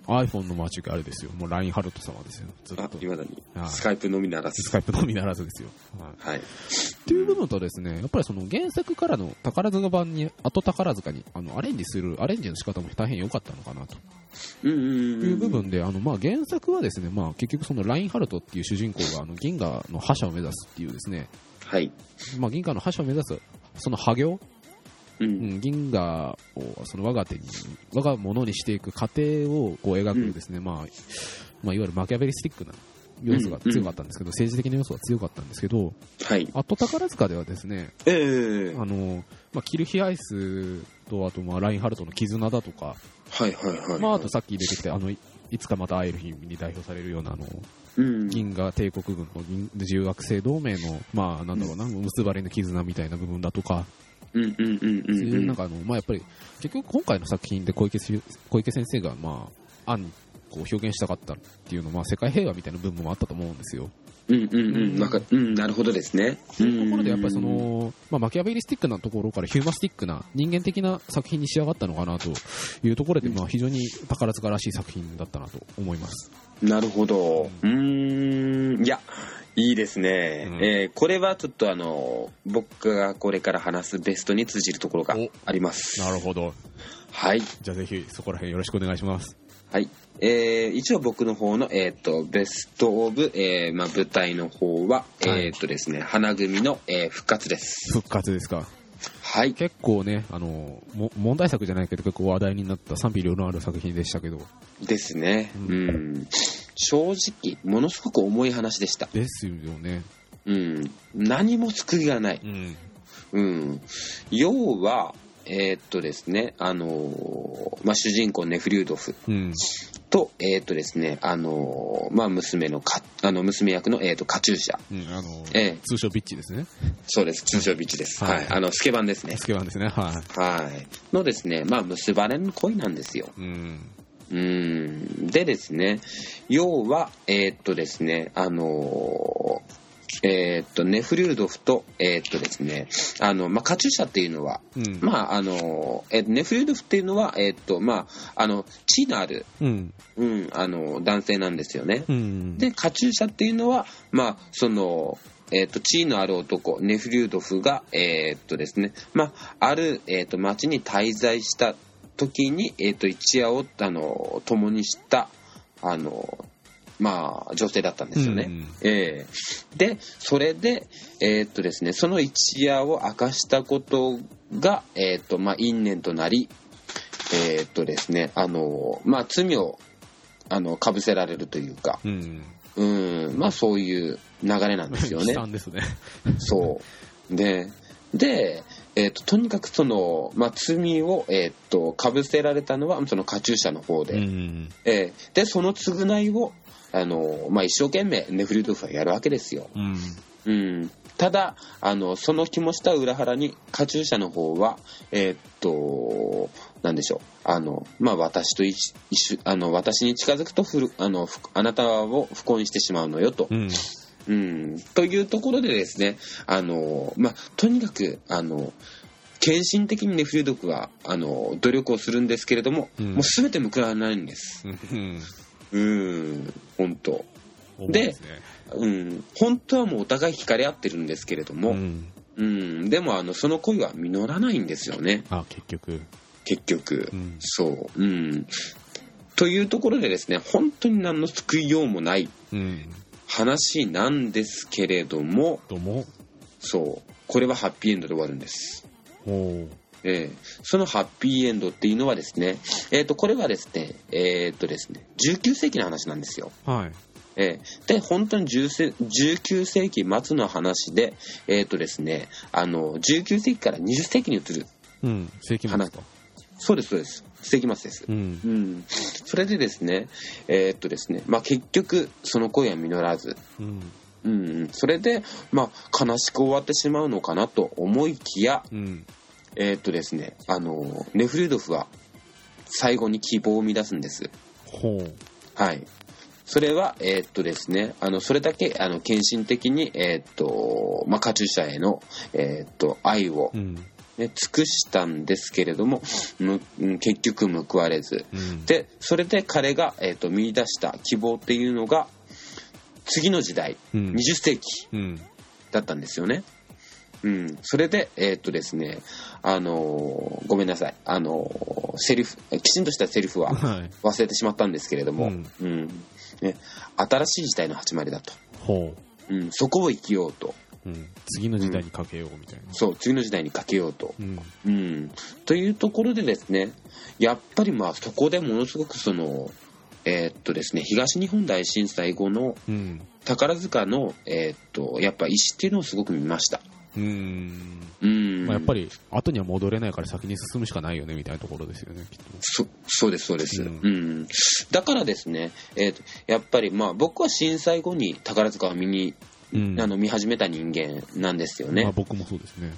[SPEAKER 1] iPhone の待ち受けあれですよもうラインハルト様ですよずっ
[SPEAKER 2] あ
[SPEAKER 1] と、
[SPEAKER 2] いまだに
[SPEAKER 1] は。い
[SPEAKER 2] スカイプのみならず
[SPEAKER 1] ス。カイプのみならずですよ、はい
[SPEAKER 2] はい。
[SPEAKER 1] っていう部分とですね、やっぱりその原作からの宝塚版に、後宝塚にあのアレンジする、アレンジの仕方も大変良かったのかなと
[SPEAKER 2] うん、うん。
[SPEAKER 1] いう部。分で、あのまあ原作はですね、まあ結局そのラインハルトっていう主人公があの銀河の覇者を目指すっていうですね、
[SPEAKER 2] はい。
[SPEAKER 1] まあ銀河の覇者を目指す、その覇業、
[SPEAKER 2] う。
[SPEAKER 1] うんん、銀河をその我が手に、我がものにしていく過程をこう描くですね、まあ、まあいわゆるマキャベリスティックな要素が強かったんですけど、政治的な要素が強かったんですけど、
[SPEAKER 2] はい。
[SPEAKER 1] 後宝塚ではですね、
[SPEAKER 2] ええ
[SPEAKER 1] あのまあ、キルヒアイスとあとまあラインハルトの絆だとか、
[SPEAKER 2] はい、はい、はい。
[SPEAKER 1] まあ、あとさっき出てきたあのいいつかまた会える日に代表されるようなあの
[SPEAKER 2] うん。
[SPEAKER 1] 銀河帝国軍と銀自由学生同盟の、まあ、なんだろうな、結ばれぬ絆みたいな部分だとか、
[SPEAKER 2] うん、うん、うん、う。
[SPEAKER 1] そういうんなんかあの、まあ、やっぱり結局今回の作品で小池し小池先生が、まあ、案にこう表現したかったっていうのは、まあ、世界平和みたいな部分もあったと思うんですよ。
[SPEAKER 2] うん、うん、うん。なんか、うん、なるほどですね。
[SPEAKER 1] というところでやっぱりその、まあ、マキアベリスティックなところからヒューマスティックな人間的な作品に仕上がったのかなというところで、まあ、非常に宝塚らしい作品だったなと思います。
[SPEAKER 2] なるほど。う
[SPEAKER 1] う
[SPEAKER 2] ーん。いや、いいですね。
[SPEAKER 1] うん
[SPEAKER 2] えーこれはちょっとあの、僕がこれから話すベストに通じるところが
[SPEAKER 1] お
[SPEAKER 2] あります。
[SPEAKER 1] なるほど。
[SPEAKER 2] はい。
[SPEAKER 1] じゃあぜひそこら辺よろしくお願いします。
[SPEAKER 2] はい。えー一応僕の方の、えっ、と、ベストオブ、えーまあ、舞台の方は、
[SPEAKER 1] はい
[SPEAKER 2] えっ、とですね、花組の、えー復活です。
[SPEAKER 1] 復活ですか。
[SPEAKER 2] はい。
[SPEAKER 1] 結構ね、あの、も問題作じゃないけど結構話題になった賛否両論ある作品でしたけど。
[SPEAKER 2] ですね。
[SPEAKER 1] う
[SPEAKER 2] うんん。正直、ものすごく重い話でした。
[SPEAKER 1] ですよね。
[SPEAKER 2] うん。何も救いがない。
[SPEAKER 1] うん。
[SPEAKER 2] うん、要は、えーっとですね、あのーまあ、主人公ネフリュードフ
[SPEAKER 1] うん。
[SPEAKER 2] と、えーっとですね、あのーまあ、娘のか、あの、娘役の、えーっと、カチューシャ。
[SPEAKER 1] うん。あの、
[SPEAKER 2] ええ
[SPEAKER 1] 通称ビッチですね。
[SPEAKER 2] そうです、通称ビッチです。
[SPEAKER 1] はい
[SPEAKER 2] はい。あの、スケバンですね。
[SPEAKER 1] スケバンですね。は
[SPEAKER 2] はい。のですね、まあ、結ばれん恋なんですよ。
[SPEAKER 1] い。うん。
[SPEAKER 2] うん。でですね、要は、えーっとですね、あのーえーっと、ネフリュードフと、えーっとですね、あの、まあ、カチューシャっていうのは、
[SPEAKER 1] うん。
[SPEAKER 2] まあ、あの、えっとネフリュードフっていうのは、えっと、まあ、あの、地位のある、
[SPEAKER 1] うん。
[SPEAKER 2] うん、あの、男性なんですよね。
[SPEAKER 1] うん。
[SPEAKER 2] で、カチューシャっていうのは、まあ、その、えっと、地位のある男、ネフリュードフが、えっとですね、まあ、ある、えっと、町に滞在した時に、えっと、一夜を、あの、共にした、あの、まあ、女性だったんですよね。
[SPEAKER 1] うん
[SPEAKER 2] ええで、それで、えーっとですね、その一夜を明かしたことが、えーっと、まあ、因縁となり、えーっとですね、あの、まあ、罪を、あの、かぶせられるというか、
[SPEAKER 1] うん。
[SPEAKER 2] うん、まあ、そういう流れなんですよ
[SPEAKER 1] 悲
[SPEAKER 2] ね。
[SPEAKER 1] 惨ですね。
[SPEAKER 2] そう。で、で、えーっと、とにかくその、まあ、罪を、えーっと、かぶせられたのは、その、カチューシャの方で、
[SPEAKER 1] うん。
[SPEAKER 2] えーで、その償いを、あの、まあ、一生懸命、ネフリュードフはやるわけですよ。
[SPEAKER 1] うん。
[SPEAKER 2] うん、ただあの、その気もした裏腹に、カチューシャの方は、えーっと、なんでしょう、あのまあ、私と一一緒あの私に近づくとふるあのふあなたを不幸にしてしまうのよと。
[SPEAKER 1] うん。
[SPEAKER 2] うん、というところでですね、あのまあ、とにかく、あの献身的にネフリュードクはあの努力をするんですけれども、
[SPEAKER 1] うん
[SPEAKER 2] もうすべて報われないんです。
[SPEAKER 1] うん。
[SPEAKER 2] うん、本当。
[SPEAKER 1] 重いですね
[SPEAKER 2] うん、本当はもうお互い惹かれ合ってるんですけれども、
[SPEAKER 1] うん。
[SPEAKER 2] うん、でもあのその恋は実らないんですよね、
[SPEAKER 1] あ、結局。
[SPEAKER 2] 結局。
[SPEAKER 1] うん。
[SPEAKER 2] そう、うん。というところでですね、本当に何の救いようもない
[SPEAKER 1] うん。
[SPEAKER 2] 話なんですけれども、
[SPEAKER 1] どうも。
[SPEAKER 2] そう、これはハッピーエンドで終わるんです。
[SPEAKER 1] おう。
[SPEAKER 2] ええそのハッピーエンドっていうのはですね、えっ、と、これはですね、えっ、とですね、19世紀の話なんですよ。
[SPEAKER 1] はい。
[SPEAKER 2] えーで本当に10世19世紀末の話で、えーとですね、あの19世紀から20世紀に移る
[SPEAKER 1] うん。世紀末
[SPEAKER 2] 花
[SPEAKER 1] か。
[SPEAKER 2] そうですそうです世紀末です、
[SPEAKER 1] うん。
[SPEAKER 2] うん、それでですね,、えーとですねまあ、結局その恋は実らず、
[SPEAKER 1] うん。
[SPEAKER 2] うん、それで、まあ、悲しく終わってしまうのかなと思いきや、
[SPEAKER 1] うん。
[SPEAKER 2] えーとですね、あのネフリュードフは最後に希望を生み出すんです
[SPEAKER 1] ほう。
[SPEAKER 2] はい。それは、えーっとですね、あの、それだけ、あの、献身的に、えーっと、まあ、カチューシャへの、えーっと、愛を
[SPEAKER 1] う、ん。
[SPEAKER 2] ね、尽くしたんですけれども、むうん結局報われず。
[SPEAKER 1] うん。
[SPEAKER 2] で、それで彼が、えーっと、見出した希望っていうのが、次の時代、
[SPEAKER 1] うん
[SPEAKER 2] 20世紀
[SPEAKER 1] うん。
[SPEAKER 2] だったんですよね。うん。それで、えーっとですね、あのーごめんなさい。あのーセリフ、きちんとしたセリフは、
[SPEAKER 1] はい。
[SPEAKER 2] 忘れてしまったんですけれども、
[SPEAKER 1] うん
[SPEAKER 2] うんね、新しい時代の始まりだと、
[SPEAKER 1] ほ
[SPEAKER 2] うん、そこを生きようと
[SPEAKER 1] う。うん。次の時代にかけようみたいな。
[SPEAKER 2] そう次の時代にかけようと、
[SPEAKER 1] うん。
[SPEAKER 2] うん、というところでですねやっぱりまあそこでものすごくそのえーっとですね東日本大震災後の
[SPEAKER 1] うん。
[SPEAKER 2] 宝塚の、えーっとやっぱ石っていうのをすごく見ました、
[SPEAKER 1] うん。
[SPEAKER 2] うん
[SPEAKER 1] まあ、やっぱり後には戻れないから先に進むしかないよねみたいなところですよねきっと
[SPEAKER 2] そそうですそうです、う
[SPEAKER 1] うんん
[SPEAKER 2] だからですね、えーっとやっぱりまあ僕は震災後に宝塚を見に
[SPEAKER 1] うん
[SPEAKER 2] あの見始めた人間なんですよ
[SPEAKER 1] まあ、
[SPEAKER 2] ね。
[SPEAKER 1] 僕もそうですね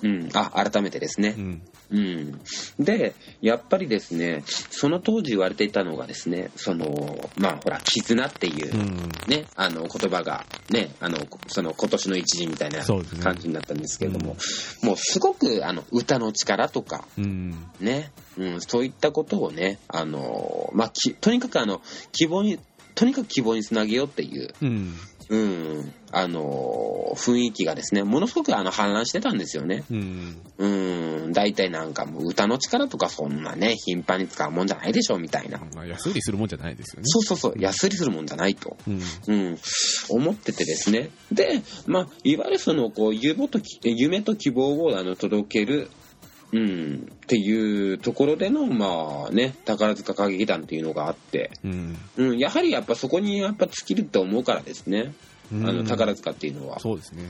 [SPEAKER 2] うん、あ改めてですね
[SPEAKER 1] う、ん
[SPEAKER 2] うん。で、やっぱりですね、その当時言われていたのがですね、その、まあほら、絆っていうう、
[SPEAKER 1] ん
[SPEAKER 2] ね、あの言葉が、ね、あの、その今年の一時みたいな
[SPEAKER 1] そうですね
[SPEAKER 2] 感じになったんですけれども、もうすごくあの歌の力とか、
[SPEAKER 1] うん
[SPEAKER 2] ね、うん、そういったことをね、あの、まあき、とにかくあの、希望に、とにかく希望につなげようっていう、
[SPEAKER 1] うん
[SPEAKER 2] うん、あの雰囲気がですね、ものすごくあの氾濫してたんですよね。
[SPEAKER 1] うん
[SPEAKER 2] うん、大体なんかもう歌の力とかそんなね、頻繁に使うもんじゃないでしょ、みたいな。
[SPEAKER 1] まあ安売りするもんじゃないですよね
[SPEAKER 2] そうそうそう、安売りするもんじゃないと。
[SPEAKER 1] うん
[SPEAKER 2] うん、思っててですね。で、まあ、いわゆるその、こう、夢とき、夢と希望を、あの、届ける、うん、っていうところでの、まあね、宝塚歌劇団っていうのがあって、
[SPEAKER 1] うん
[SPEAKER 2] うん、やはりやっぱそこにやっぱ尽きると思うからですね、あ
[SPEAKER 1] う
[SPEAKER 2] の、
[SPEAKER 1] ん
[SPEAKER 2] 宝塚っていうのは。
[SPEAKER 1] そうですね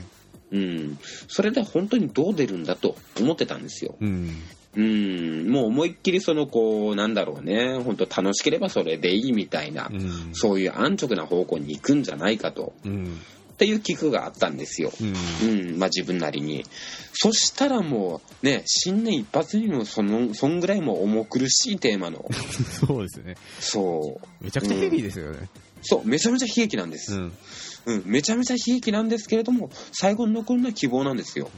[SPEAKER 2] うん、それで本当にどう出るんだと思ってたんですよ。
[SPEAKER 1] うん
[SPEAKER 2] ううん、もう思いっきりその、こう、なんだろうね、本当楽しければそれでいいみたいな
[SPEAKER 1] う、ん。
[SPEAKER 2] そういう安直な方向に行くんじゃないかと、
[SPEAKER 1] うん。
[SPEAKER 2] っていう聞くがあったんですよ。
[SPEAKER 1] うん。
[SPEAKER 2] うん、まあ自分なりに。そしたらもう、ね、新年一発にもその、そんぐらいもう重苦しいテーマ [LAUGHS] の、
[SPEAKER 1] そうですよね。
[SPEAKER 2] そう、
[SPEAKER 1] めちゃくちゃヘビーですよね。
[SPEAKER 2] そう、めちゃめちゃ悲劇なんで
[SPEAKER 1] う
[SPEAKER 2] す。
[SPEAKER 1] ん。
[SPEAKER 2] うん、めちゃめちゃ悲劇なんですけれども、最後に残るのは希望なんですよ。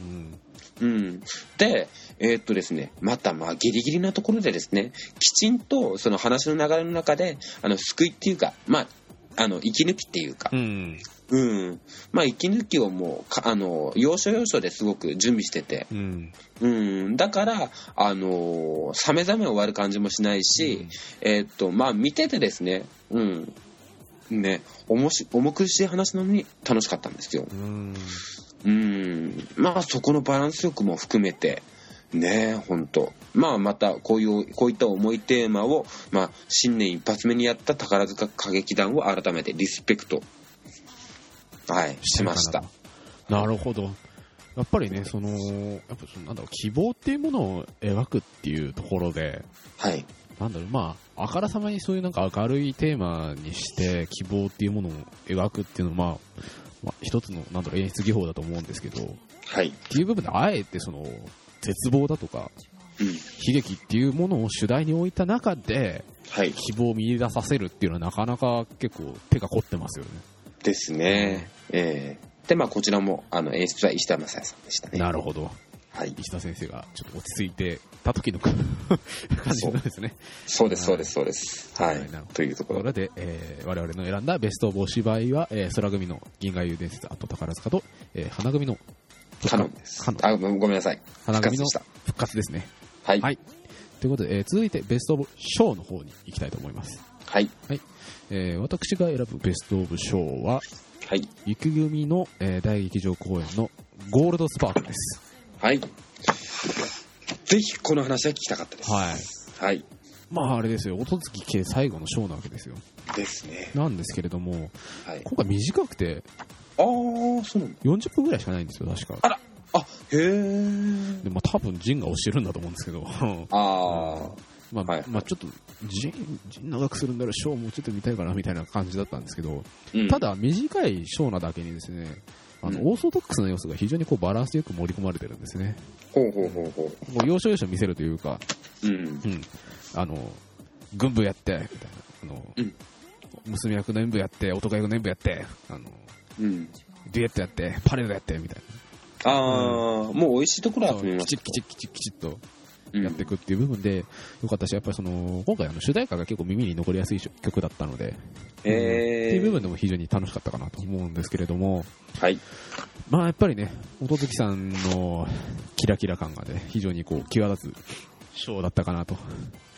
[SPEAKER 1] うん。
[SPEAKER 2] うん。で、えーっとですね、またまあギリギリなところでですね、きちんとその話の流れの中で、あの、救いっていうか、まあ、あの、息抜きっていうか
[SPEAKER 1] う、ん。
[SPEAKER 2] うん。まあ、息抜きをもう、かあの、要所要所ですごく準備してて、
[SPEAKER 1] うん。
[SPEAKER 2] うん、だから、あのー、冷め冷め終わる感じもしないし、えーっと、まあ、見ててですね、うん、ね、おもし、重苦しい話なのに楽しかったんですよ。
[SPEAKER 1] うん。
[SPEAKER 2] うん、まあ、そこのバランス力も含めて、ね、ほんと。まあ、また、こういう、こういった重いテーマを、まあ、新年一発目にやった宝塚歌劇団を改めてリスペクト、はい、しました。。
[SPEAKER 1] なるほど。やっぱりね、その、やっぱそのなんだろう、希望っていうものを描くっていうところで、
[SPEAKER 2] はい。
[SPEAKER 1] なんだろう、まあ、あからさまにそういうなんか明るいテーマにして、希望っていうものを描くっていうのは、まあ、まあ、一つの、なんだろう、演出技法だと思うんですけど、っ
[SPEAKER 2] はい。
[SPEAKER 1] ていう部分で、あえてその、絶望だとか、
[SPEAKER 2] うん。
[SPEAKER 1] 悲劇っていうものを主題に置いた中で、
[SPEAKER 2] はい。
[SPEAKER 1] 希望を見出させるっていうのはなかなか結構手が凝ってますよね。
[SPEAKER 2] ですね。ええで、まあ、こちらも、あの、演出は石田正也さんでしたね。
[SPEAKER 1] なるほど。
[SPEAKER 2] はい。
[SPEAKER 1] 石田先生がちょっと落ち着いてた時の
[SPEAKER 2] [LAUGHS]
[SPEAKER 1] 感じなんですね。
[SPEAKER 2] そうです、そうです、そうです。は
[SPEAKER 1] はいなるほ
[SPEAKER 2] い。
[SPEAKER 1] ど
[SPEAKER 2] というと
[SPEAKER 1] と
[SPEAKER 2] こ
[SPEAKER 1] こ
[SPEAKER 2] ろで。
[SPEAKER 1] ろで、えー我々の選んだベストお芝居は、えー空組の銀河遊伝説、あと宝塚と、えー花組の
[SPEAKER 2] カノンです。
[SPEAKER 1] カノン
[SPEAKER 2] あ、ごめんなさい。
[SPEAKER 1] 花
[SPEAKER 2] 復
[SPEAKER 1] 組の
[SPEAKER 2] 活でした。
[SPEAKER 1] 復活ですね。
[SPEAKER 2] はい。
[SPEAKER 1] は
[SPEAKER 2] はいい。
[SPEAKER 1] ということで、えー続いてベストオブショーの方に行きたいと思います。
[SPEAKER 2] はい。
[SPEAKER 1] えー私が選ぶベストオブショーは、
[SPEAKER 2] はい。
[SPEAKER 1] 雪組の、えー大劇場公演のゴールドスパークです。
[SPEAKER 2] ぜひ、この話は聞きたかったです。
[SPEAKER 1] はい。
[SPEAKER 2] はい。
[SPEAKER 1] まああれですよ、音月系最後のショーなわけですよ。
[SPEAKER 2] ですね。
[SPEAKER 1] なんですけれども、
[SPEAKER 2] はい。
[SPEAKER 1] 今回短くて
[SPEAKER 2] あー、そうなんだ。
[SPEAKER 1] 40分ぐらいしかないんですよ、確か。
[SPEAKER 2] あ、へー。
[SPEAKER 1] でまあ、多分ジンが押してるんだと思うんです
[SPEAKER 2] [LAUGHS]
[SPEAKER 1] けど、
[SPEAKER 2] あー。
[SPEAKER 1] まあ
[SPEAKER 2] はい
[SPEAKER 1] まあ、ちょっとジン、ジン長くするんだらショーもうちょっと見たいかなみたいな感じだったんですけど、
[SPEAKER 2] うん
[SPEAKER 1] た、だ短いショーなだけにですね、あの
[SPEAKER 2] うん
[SPEAKER 1] オーソドックスな要素が非常にこうバランスよく盛り込まれてるんですね。
[SPEAKER 2] ほうほうほうほ
[SPEAKER 1] もう要所要所見せるというか、
[SPEAKER 2] う。うん
[SPEAKER 1] う。ん、あの、軍部やって、みたいな、あの、
[SPEAKER 2] うん
[SPEAKER 1] 娘役の演舞やって、男役の演舞やって、あの、
[SPEAKER 2] うん。
[SPEAKER 1] デュエットやって、パレードやって、みたい
[SPEAKER 2] あー、もう美味しいところ
[SPEAKER 1] な。
[SPEAKER 2] は集めま
[SPEAKER 1] きち
[SPEAKER 2] し
[SPEAKER 1] っきちっきちっきちっと
[SPEAKER 2] た。
[SPEAKER 1] やっていくっていう部分で、よかったし、やっぱりその、今回あの主題歌が結構耳に残りやすい曲だったので、
[SPEAKER 2] うんえー。
[SPEAKER 1] っていう部分でも非常に楽しかったかなと思うんですけれども、
[SPEAKER 2] はい。
[SPEAKER 1] まあやっぱりね、音月さんのキラキラ感がね、非常にこう、際立つショーだったかなと。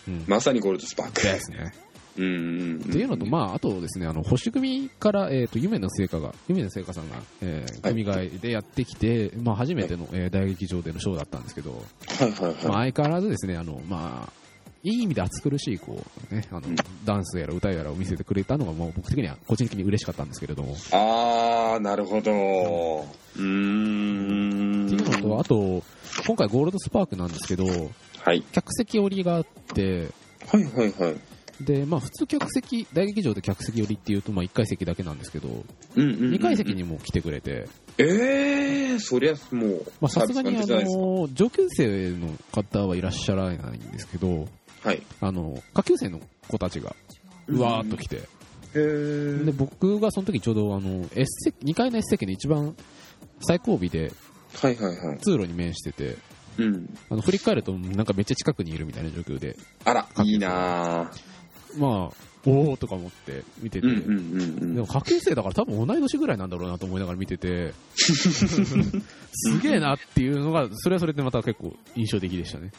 [SPEAKER 1] うん。
[SPEAKER 2] まさにゴールドスパーク。
[SPEAKER 1] ですね。
[SPEAKER 2] うん。っ
[SPEAKER 1] っていうのと、まあ、あとですね、あの、星組から、えっ、と、夢の聖火が、夢の聖火さんが、えー、組替えでやってきて、まあ、初めての、えー大劇場でのショーだったんですけど、
[SPEAKER 2] はいはいはい。
[SPEAKER 1] まあ、相変わらずですね、あの、まあ、いい意味で暑苦しい、こう、ね、あの
[SPEAKER 2] うん、
[SPEAKER 1] ダンスやら歌やらを見せてくれたのが、もう僕的には、個人的に嬉しかったんですけれども、
[SPEAKER 2] あー、なるほど。うーん。
[SPEAKER 1] っていうのと、あと、今回ゴールドスパークなんですけど、
[SPEAKER 2] はい。
[SPEAKER 1] 客席折りがあって、
[SPEAKER 2] はいはいはい。
[SPEAKER 1] で、まあ普通客席、大劇場で客席折りっていうと、まあ1階席だけなんですけど、
[SPEAKER 2] うんうんうんうん
[SPEAKER 1] 2階席に。も来てくれて、
[SPEAKER 2] ええー、そりゃもう。
[SPEAKER 1] まあさすがに
[SPEAKER 2] サ
[SPEAKER 1] あ
[SPEAKER 2] ービスなんてじゃないです
[SPEAKER 1] の、上級生の方はいらっしゃらないんですけど、
[SPEAKER 2] かはい。
[SPEAKER 1] あの、下級生の子たちが、うわーっと来て、
[SPEAKER 2] へー
[SPEAKER 1] で、僕がその時ちょうどあの、S 席、2階の S 席の一番最後尾で
[SPEAKER 2] はいはいはい。
[SPEAKER 1] 通路に面してて、
[SPEAKER 2] うん。
[SPEAKER 1] あの、振り返るとなんかめっちゃ近くにいるみたいな状況で、
[SPEAKER 2] あら、いいなー
[SPEAKER 1] まあ、おーとか思って見てて、
[SPEAKER 2] うんうんうん
[SPEAKER 1] で
[SPEAKER 2] う
[SPEAKER 1] も
[SPEAKER 2] ん。
[SPEAKER 1] 下級生だから多分同い年ぐらいなんだろうなと思いながら見てて、
[SPEAKER 2] [LAUGHS]
[SPEAKER 1] すげえなっていうのが、それはそれでまた結構印象的でしたね。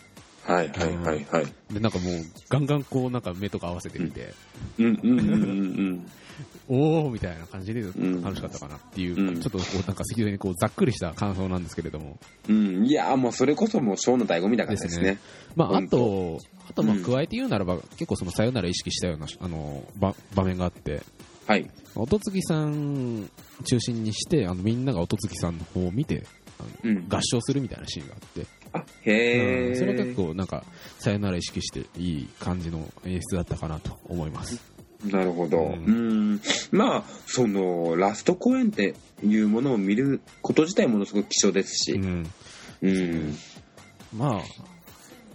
[SPEAKER 2] はいはいはいはい。
[SPEAKER 1] で、なんかもう、ガンガンこう、なんか目とか合わせてみて、
[SPEAKER 2] うんうんうんうん
[SPEAKER 1] おーみたいな感じで
[SPEAKER 2] ん
[SPEAKER 1] 楽しかったかなっていう、
[SPEAKER 2] うん
[SPEAKER 1] ちょっとこう、なんか赤道にこう、ざっくりした感想なんですけれども。
[SPEAKER 2] うん。うん。いやーもうそれこそもうショーの醍醐味だからですね。
[SPEAKER 1] まあ、あ
[SPEAKER 2] 本当
[SPEAKER 1] と、あと、まあ、
[SPEAKER 2] うん
[SPEAKER 1] 加えて言うならば、結構その、さよなら意識したような、あの、ば場面があって、
[SPEAKER 2] はい。
[SPEAKER 1] 音月さん中心にして、あの、みんなが音月さんの方を見て、
[SPEAKER 2] うん。
[SPEAKER 1] 合唱するみたいなシーンがあって、
[SPEAKER 2] あ、へ
[SPEAKER 1] う
[SPEAKER 2] え。
[SPEAKER 1] んそれは結構なんかさよなら意識していい感じの演出だったかなと思います
[SPEAKER 2] なるほど。う
[SPEAKER 1] うん
[SPEAKER 2] ん。まあ、その、ラスト公演っていうものを見ること自体ものすごく貴重です
[SPEAKER 1] う
[SPEAKER 2] し。
[SPEAKER 1] ん
[SPEAKER 2] うん。
[SPEAKER 1] まあや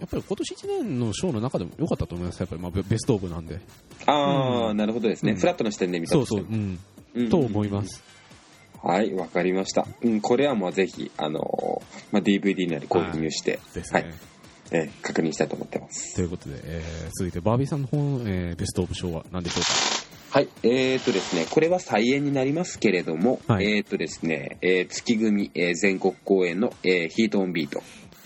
[SPEAKER 1] っぱり今年1年のショーの中でも良かったと思いますやっぱりまあベベストオブなんで
[SPEAKER 2] ああ、
[SPEAKER 1] う
[SPEAKER 2] なるほどですね。
[SPEAKER 1] うん
[SPEAKER 2] フラットな視点で見た
[SPEAKER 1] そ
[SPEAKER 2] と
[SPEAKER 1] うそ
[SPEAKER 2] して
[SPEAKER 1] う、う
[SPEAKER 2] も
[SPEAKER 1] ん、
[SPEAKER 2] うん
[SPEAKER 1] と思います
[SPEAKER 2] はい、わかりました。うん、これはもうぜひ、あのーまあ、DVD なり購入して、
[SPEAKER 1] です
[SPEAKER 2] は
[SPEAKER 1] ね、
[SPEAKER 2] い、えー確認したいと思ってます。
[SPEAKER 1] ということで、えー続いてバービーさんの方の、えーベストオブショーは何でしょうか
[SPEAKER 2] はい、えーとですね、これは再演になりますけれども、
[SPEAKER 1] はい
[SPEAKER 2] えーとですね、えー月組、えー全国公演の、えーヒートオンビート。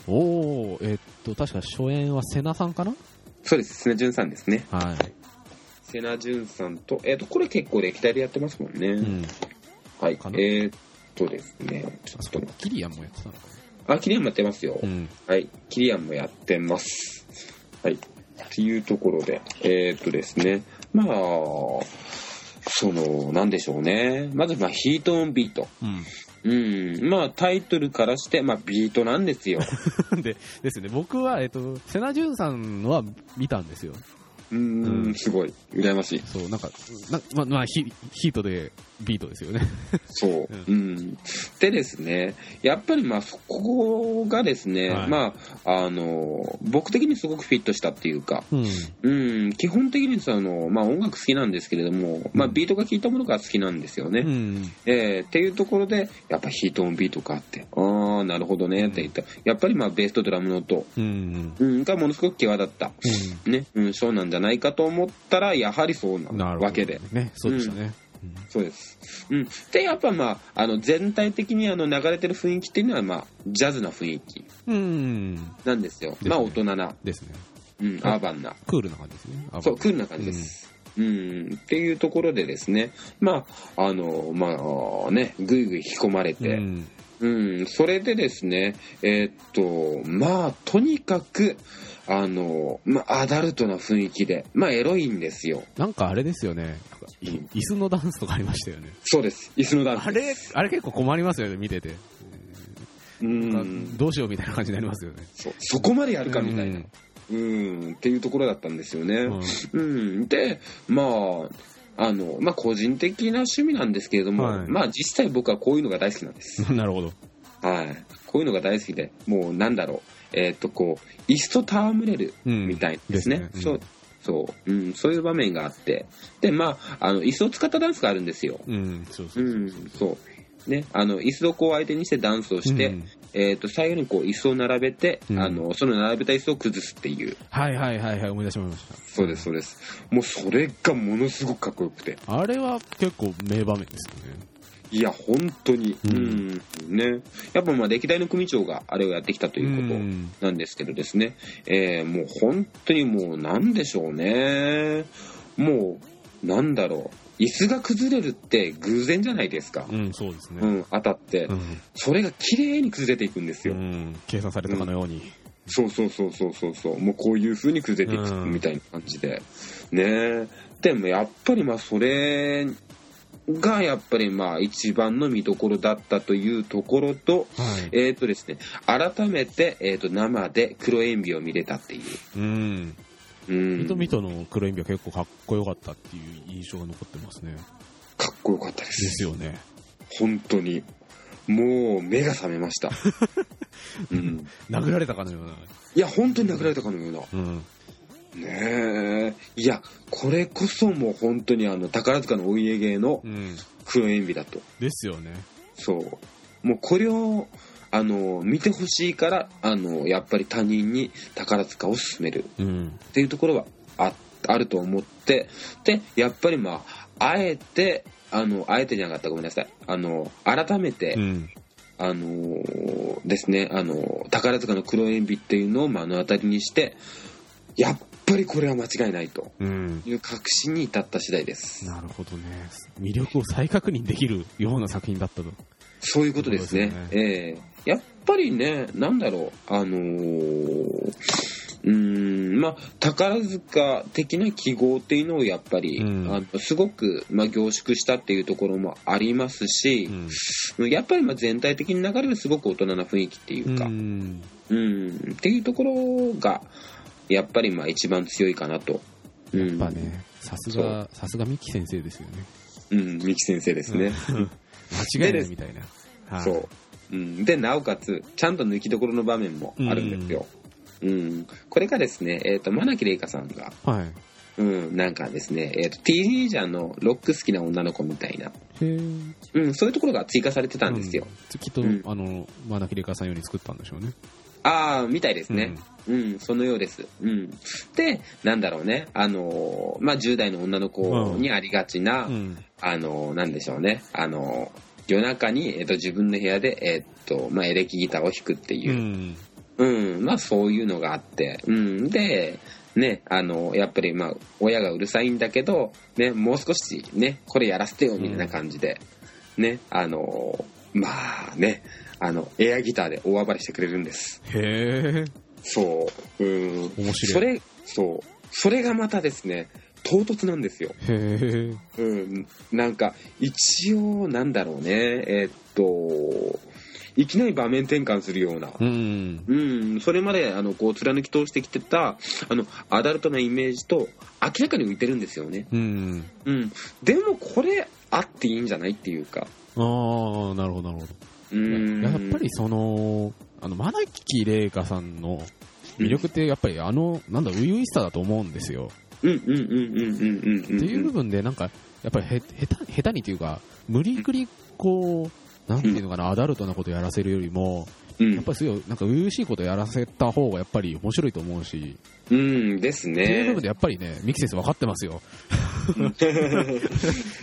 [SPEAKER 1] おおえーっと確か初演は瀬名さんかな
[SPEAKER 2] そうです、瀬名淳さんですね。
[SPEAKER 1] はい、
[SPEAKER 2] 瀬名淳さんと、えーと、これ結構歴代でやってますもんね。
[SPEAKER 1] うん、
[SPEAKER 2] はい、え
[SPEAKER 1] かな
[SPEAKER 2] ーとですね、ち
[SPEAKER 1] あそこ
[SPEAKER 2] ょっと、
[SPEAKER 1] キリアンもやってたのか
[SPEAKER 2] あ、キリアンもやってますよ。
[SPEAKER 1] なうん
[SPEAKER 2] はい、キリアンもやってます。はい、っていうところで、えーっとですね、まあ、その、なんでしょうね。まず、まあ、ヒートオンビート。うん、まあ、タイトルからして、まあ、ビートなんで
[SPEAKER 1] [LAUGHS]
[SPEAKER 2] すよ。
[SPEAKER 1] うん、でですね僕は、えーっと瀬名淳さんのは見たんですよ
[SPEAKER 2] うー、
[SPEAKER 1] うんん
[SPEAKER 2] すごい、羨ましい。
[SPEAKER 1] そうなんかなままあヒヒートでビートですよね
[SPEAKER 2] そ
[SPEAKER 1] う
[SPEAKER 2] う
[SPEAKER 1] ん。
[SPEAKER 2] うん。でですね、やっぱりまあそこがですね、
[SPEAKER 1] はい
[SPEAKER 2] まあ、あの、僕的にすごくフィットしたっていうか、
[SPEAKER 1] [LAUGHS] うん
[SPEAKER 2] うん、基本的にその、まあ音楽好きなんですけれども、まあ
[SPEAKER 1] うん
[SPEAKER 2] ビートが効いたものが好きなんですよね。
[SPEAKER 1] うん
[SPEAKER 2] えーっていうところで、やっぱヒートオンビートかって、ああ、なるほどねって言った。やっぱりまあベースとドラムの音、
[SPEAKER 1] うんうん
[SPEAKER 2] うん、がものすごく際立った。ね、うん、そうなんじゃないかと思ったら、やはりそう
[SPEAKER 1] うんな
[SPEAKER 2] な
[SPEAKER 1] るほど
[SPEAKER 2] わけで。
[SPEAKER 1] ねそうでしたね、うん
[SPEAKER 2] そうです。うん。で、やっぱまあ、あの、全体的にあの、流れてる雰囲気っていうのは、まあ、ジャズな雰囲気
[SPEAKER 1] うん
[SPEAKER 2] なんですよ。
[SPEAKER 1] すね
[SPEAKER 2] まあ、大人な、
[SPEAKER 1] ですね
[SPEAKER 2] うん、アーバンな、
[SPEAKER 1] クールな感じですねあ
[SPEAKER 2] そう、クールな感じです。うん、っていうところでですね、まあ、あの、まあ、ね、ぐいぐい引き込まれ
[SPEAKER 1] う
[SPEAKER 2] て、
[SPEAKER 1] ん
[SPEAKER 2] うん、それでですね、えーっと、まあ、とにかく、あの、まあ、アダルトな雰囲気で、まあ、エロいんですよ。
[SPEAKER 1] なんかあれですよねい
[SPEAKER 2] うん
[SPEAKER 1] 椅子のダンスとかありましたよね
[SPEAKER 2] そうです。椅子の段
[SPEAKER 1] あれあれ結構困りますよね見てて
[SPEAKER 2] う
[SPEAKER 1] なんんかどうしようみたいな感じになりますよね
[SPEAKER 2] そうそこまでやるかみたいな、
[SPEAKER 1] うん
[SPEAKER 2] うん、っていうところだったんですよね。
[SPEAKER 1] うん
[SPEAKER 2] うん、で、まあ、あの、まあ、個人的な趣味なんですけれども、
[SPEAKER 1] はい
[SPEAKER 2] まあ、実際僕はこういうのが大好きなんです。
[SPEAKER 1] なるほど。
[SPEAKER 2] はい。こういうのが大好きで、もうなんだろう、えっ、と、こう、椅子と戯れる
[SPEAKER 1] うん
[SPEAKER 2] みたいですね。
[SPEAKER 1] ですね
[SPEAKER 2] そううんそう、うん、そういう場面があって、で、まあ、あの、椅子を使ったダンスがあるんですよ。、
[SPEAKER 1] うん、そうそううそうん
[SPEAKER 2] そう。ね、あの、椅子をこう相手にしてダンスをして、
[SPEAKER 1] うん
[SPEAKER 2] えっ、と、最後にこう、椅子を並べて、
[SPEAKER 1] うん
[SPEAKER 2] あの、その並べた椅子を崩すっていう。
[SPEAKER 1] はいはいはいはい、思い出しました。
[SPEAKER 2] そうです、そうです。もうそれがものすごくかっこよくて。
[SPEAKER 1] あれは結構名場面ですよね。
[SPEAKER 2] いや、本当に。う
[SPEAKER 1] うん
[SPEAKER 2] ん。ね。やっぱまあ歴代の組長があれをやってきたということ
[SPEAKER 1] ん
[SPEAKER 2] なんですけどですね。えーもう本当にもうなんでしょうね。もう、なんだろう。椅子が崩れるって偶然じゃないですか。
[SPEAKER 1] うん、そうです
[SPEAKER 2] う
[SPEAKER 1] ね。
[SPEAKER 2] ん、当たって
[SPEAKER 1] う。ん。
[SPEAKER 2] それが綺麗に崩れていくんです
[SPEAKER 1] う
[SPEAKER 2] よ。
[SPEAKER 1] ん計算されたかのように。
[SPEAKER 2] そうそうそうそうそうそう。もうこういう風に崩れていくみたいな感じで。ねえ。でもやっぱりまあそれがやっぱりまあ一番の見どころだったというところと、
[SPEAKER 1] はい。
[SPEAKER 2] えっ、とですね、改めて、えー、と生で黒演舞を見れたっていう。
[SPEAKER 1] うん。
[SPEAKER 2] うん。
[SPEAKER 1] ミトミトの黒いンビは結構かっこよかったっていう印象が残ってますね。
[SPEAKER 2] かっこよかったで。
[SPEAKER 1] ですすよね。
[SPEAKER 2] 本当に。もう目が覚め
[SPEAKER 1] [LAUGHS]
[SPEAKER 2] ました。うん。
[SPEAKER 1] 殴られたかのような。
[SPEAKER 2] いや、本当に殴られたかのような。
[SPEAKER 1] うん。
[SPEAKER 2] ねえ。いや、これこそもう本当にあの、宝塚のお家芸の
[SPEAKER 1] うん。
[SPEAKER 2] 黒演美だと。
[SPEAKER 1] ですよね。
[SPEAKER 2] そう。もうこれを、あの、見てほしいから、あの、やっぱり他人に宝塚を勧める
[SPEAKER 1] うん。
[SPEAKER 2] っていうところはあ、あると思って、で、やっぱりまあ、あえて、あの、あえてじゃなかった、ごめんなさい。あの、改めて、
[SPEAKER 1] うん。
[SPEAKER 2] あのーですね、あのー宝塚の黒演美っていうのを目の当たりにして、やっぱりこれは間違いないと。
[SPEAKER 1] うん。
[SPEAKER 2] いう確信に至った次第です。
[SPEAKER 1] なるほどね。魅力を再確認できるような作品だったと。
[SPEAKER 2] そういうことですね。
[SPEAKER 1] そうです
[SPEAKER 2] ええやっぱりね、なんだろう、あのーうーんまあ、宝塚的な記号っていうのをやっぱり、
[SPEAKER 1] うん。
[SPEAKER 2] あのすごく、まあ、凝縮したっていうところもありますし、やっぱりまあ全体的に流れるすごく大人な雰囲気っていううんか、
[SPEAKER 1] うん
[SPEAKER 2] うんっていうところがやっぱりまあ一番強いかなと。うん、
[SPEAKER 1] やっぱね、さすが、さすがミキ先生ですよね。
[SPEAKER 2] うん、三木先生ですね。
[SPEAKER 1] うん。 [LAUGHS] 間違いないみたいな。はい
[SPEAKER 2] そう。うん、で、なおかつ、ちゃんと抜きどころの場面もあるんですよ。うん、これがですね、えっ、と、マナキレイカさんが、
[SPEAKER 1] はい。
[SPEAKER 2] うん、なんかですね、えっ、と、ティーンエイジャーのロック好きな女の子みたいな、
[SPEAKER 1] へえ。
[SPEAKER 2] うん、そういうところが追加されてたんですよ。
[SPEAKER 1] うん。きっと、
[SPEAKER 2] うん
[SPEAKER 1] あの、マナキレカさんより作ったんでしょうね。
[SPEAKER 2] ああ、みたいですね。うん、そのようです。うん。で、なんだろうね、あのーまあ、10代の女の子にありがちな、
[SPEAKER 1] うん。うん。
[SPEAKER 2] あの、なんでしょうね。あの、夜中に、えっと、自分の部屋で、えっと、まあ、エレキギターを弾くって
[SPEAKER 1] う
[SPEAKER 2] いう、
[SPEAKER 1] ん。
[SPEAKER 2] うん、まあ、そういうのがあって、うん、で、ね、あの、やっぱり、まあ、親がうるさいんだけど、ね、もう少し、ね、これやらせてよ、みたいな感じで、ね、あの、まあね、あの、エアギターで大暴れしてくれるんです。
[SPEAKER 1] へえ。
[SPEAKER 2] そう、うん。
[SPEAKER 1] 面
[SPEAKER 2] そ
[SPEAKER 1] 白い。
[SPEAKER 2] れ、そう、それがまたですね、唐突なんですよ。
[SPEAKER 1] へえ。
[SPEAKER 2] うん、なんか一応なんだろうねえーっといきなり場面転換するような、
[SPEAKER 1] うん。
[SPEAKER 2] うん、それまであのこう貫き通してきてたあのアダルトなイメージと明らかに浮いてるんですよね、
[SPEAKER 1] うん。
[SPEAKER 2] うん、でもこれあっていいんじゃないっていうか
[SPEAKER 1] ああ、なるほど、なるほど。
[SPEAKER 2] うん
[SPEAKER 1] やっぱりその、あの、マナキレイカさんの魅力って、やっぱりあの、なんだ、初々しさだと思うんですよ。
[SPEAKER 2] うんうんうんうんうんうんうんうん
[SPEAKER 1] っていう部分で、なんか、やっぱりへ、へた、下手にというか、無理くり、こう、なんていうのかな、アダルトなことやらせるよりも、
[SPEAKER 2] うん
[SPEAKER 1] やっぱりそういう、なんか、初々しいことやらせた方が、やっぱり面白いと思うし、
[SPEAKER 2] うんです
[SPEAKER 1] っていう部
[SPEAKER 2] ね
[SPEAKER 1] 分で、やっぱりね、ミキ先生分かってますよ。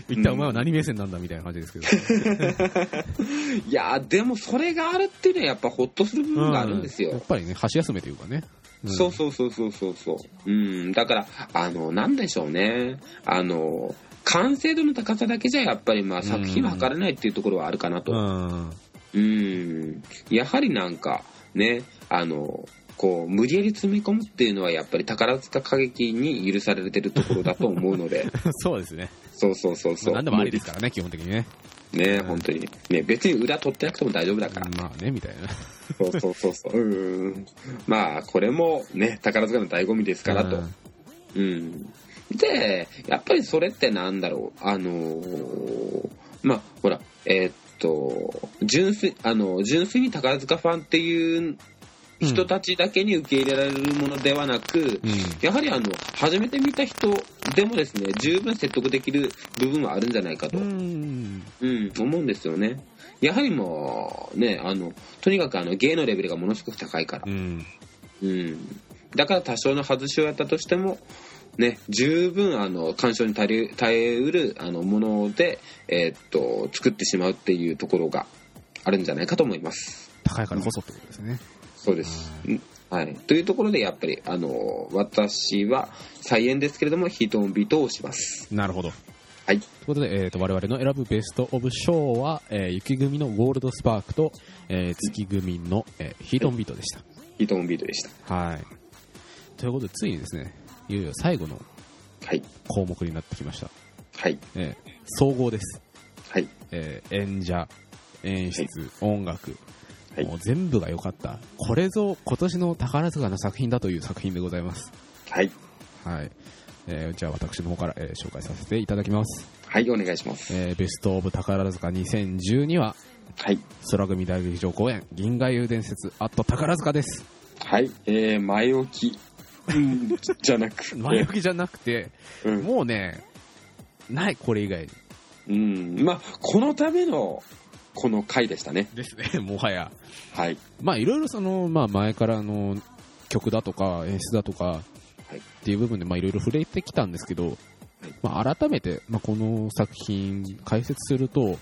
[SPEAKER 1] 一体お前は何目線なんだみたいな感じですけど。
[SPEAKER 2] [LAUGHS] いやーでもそれがあるっていうのはやっぱほっとする部分があるんですよ、
[SPEAKER 1] うやっぱりね、箸休めというかね。ん
[SPEAKER 2] そうそうそうそうそうそう。うん、だから、あの、なんでしょうね。あの、完成度の高さだけじゃやっぱりまあ作品は測れないっていうところはあるかな
[SPEAKER 1] う
[SPEAKER 2] と。
[SPEAKER 1] ん。 [LAUGHS]
[SPEAKER 2] うん、やはりなんか、ね、あの、こう、無理やり詰め込むっていうのはやっぱり宝塚歌劇に許されてるところだと思う
[SPEAKER 1] [LAUGHS]
[SPEAKER 2] ので、
[SPEAKER 1] そうですね。
[SPEAKER 2] そうそうそう
[SPEAKER 1] ま
[SPEAKER 2] そ
[SPEAKER 1] あ
[SPEAKER 2] う。
[SPEAKER 1] 何でもありですからね、基本的にね。
[SPEAKER 2] ね、本当に。ね、別に裏取ってなくても大丈夫だから。
[SPEAKER 1] まあね、みたいな。
[SPEAKER 2] そうそうそうそう。うん。まあ、これもね、宝塚の醍醐味ですからと。うん、でやっぱりそれってなんだろうあのーまあほらえーっと純粋あの純粋に宝塚ファンっていう人たちだけに受け入れられるものではなく、
[SPEAKER 1] うん。
[SPEAKER 2] やはりあの初めて見た人でもですね十分説得できる部分はあるんじゃないかと、
[SPEAKER 1] う
[SPEAKER 2] うん
[SPEAKER 1] ん。
[SPEAKER 2] 思うんですよねやはりもうねあのとにかくあの芸のレベルがものすごく高いから
[SPEAKER 1] う、ん。
[SPEAKER 2] うん、だから多少の外しをやったとしても、ね、十分あの干渉に耐え耐えうるあのもので、えーっと作ってしまうっていうところがあるんじゃないかと思います。
[SPEAKER 1] 高いからこそってことですね。
[SPEAKER 2] そうです、うんはい、というところでやっぱりあの私は再演ですけれどもヒートオンビートを押します。
[SPEAKER 1] なるほど。
[SPEAKER 2] はい、
[SPEAKER 1] ということで、えー、と我々の選ぶベストオブショーは、えー雪組のゴールドスパークと、えー月組の、えーヒートンビートでし
[SPEAKER 2] ヒートオンビートでした。
[SPEAKER 1] た。はい。ということで、ついにですね、いよいよ最後の
[SPEAKER 2] はい、
[SPEAKER 1] 項目になってきました。
[SPEAKER 2] はい、
[SPEAKER 1] えー総合です。
[SPEAKER 2] はい、
[SPEAKER 1] えー演者、演出、音楽、
[SPEAKER 2] はい
[SPEAKER 1] もう全部が良かった。これぞ今年の宝塚の作品だという作品でございます。
[SPEAKER 2] はい、
[SPEAKER 1] はい。えーじゃあ私の方から、えー紹介させていただきます。
[SPEAKER 2] はい、お願いします。
[SPEAKER 1] えーベストオブ宝塚2012は、
[SPEAKER 2] はい、
[SPEAKER 1] 空組大劇場公演銀河遊伝説あと宝塚です
[SPEAKER 2] はい、えー、前置き、うん、 [LAUGHS] じゃなく、
[SPEAKER 1] 前置きじゃなくて
[SPEAKER 2] うん、
[SPEAKER 1] もうねないこれ以外
[SPEAKER 2] うん、まあ、このための、この回でしたね。
[SPEAKER 1] ですね [LAUGHS] もはや
[SPEAKER 2] はい。
[SPEAKER 1] まあいろいろその、まあ、前からの曲だとか演出だとか
[SPEAKER 2] はい
[SPEAKER 1] っていう部分でまあいろいろ触れてきたんですけど、まあ、改めて、まあ、この作品解説すると、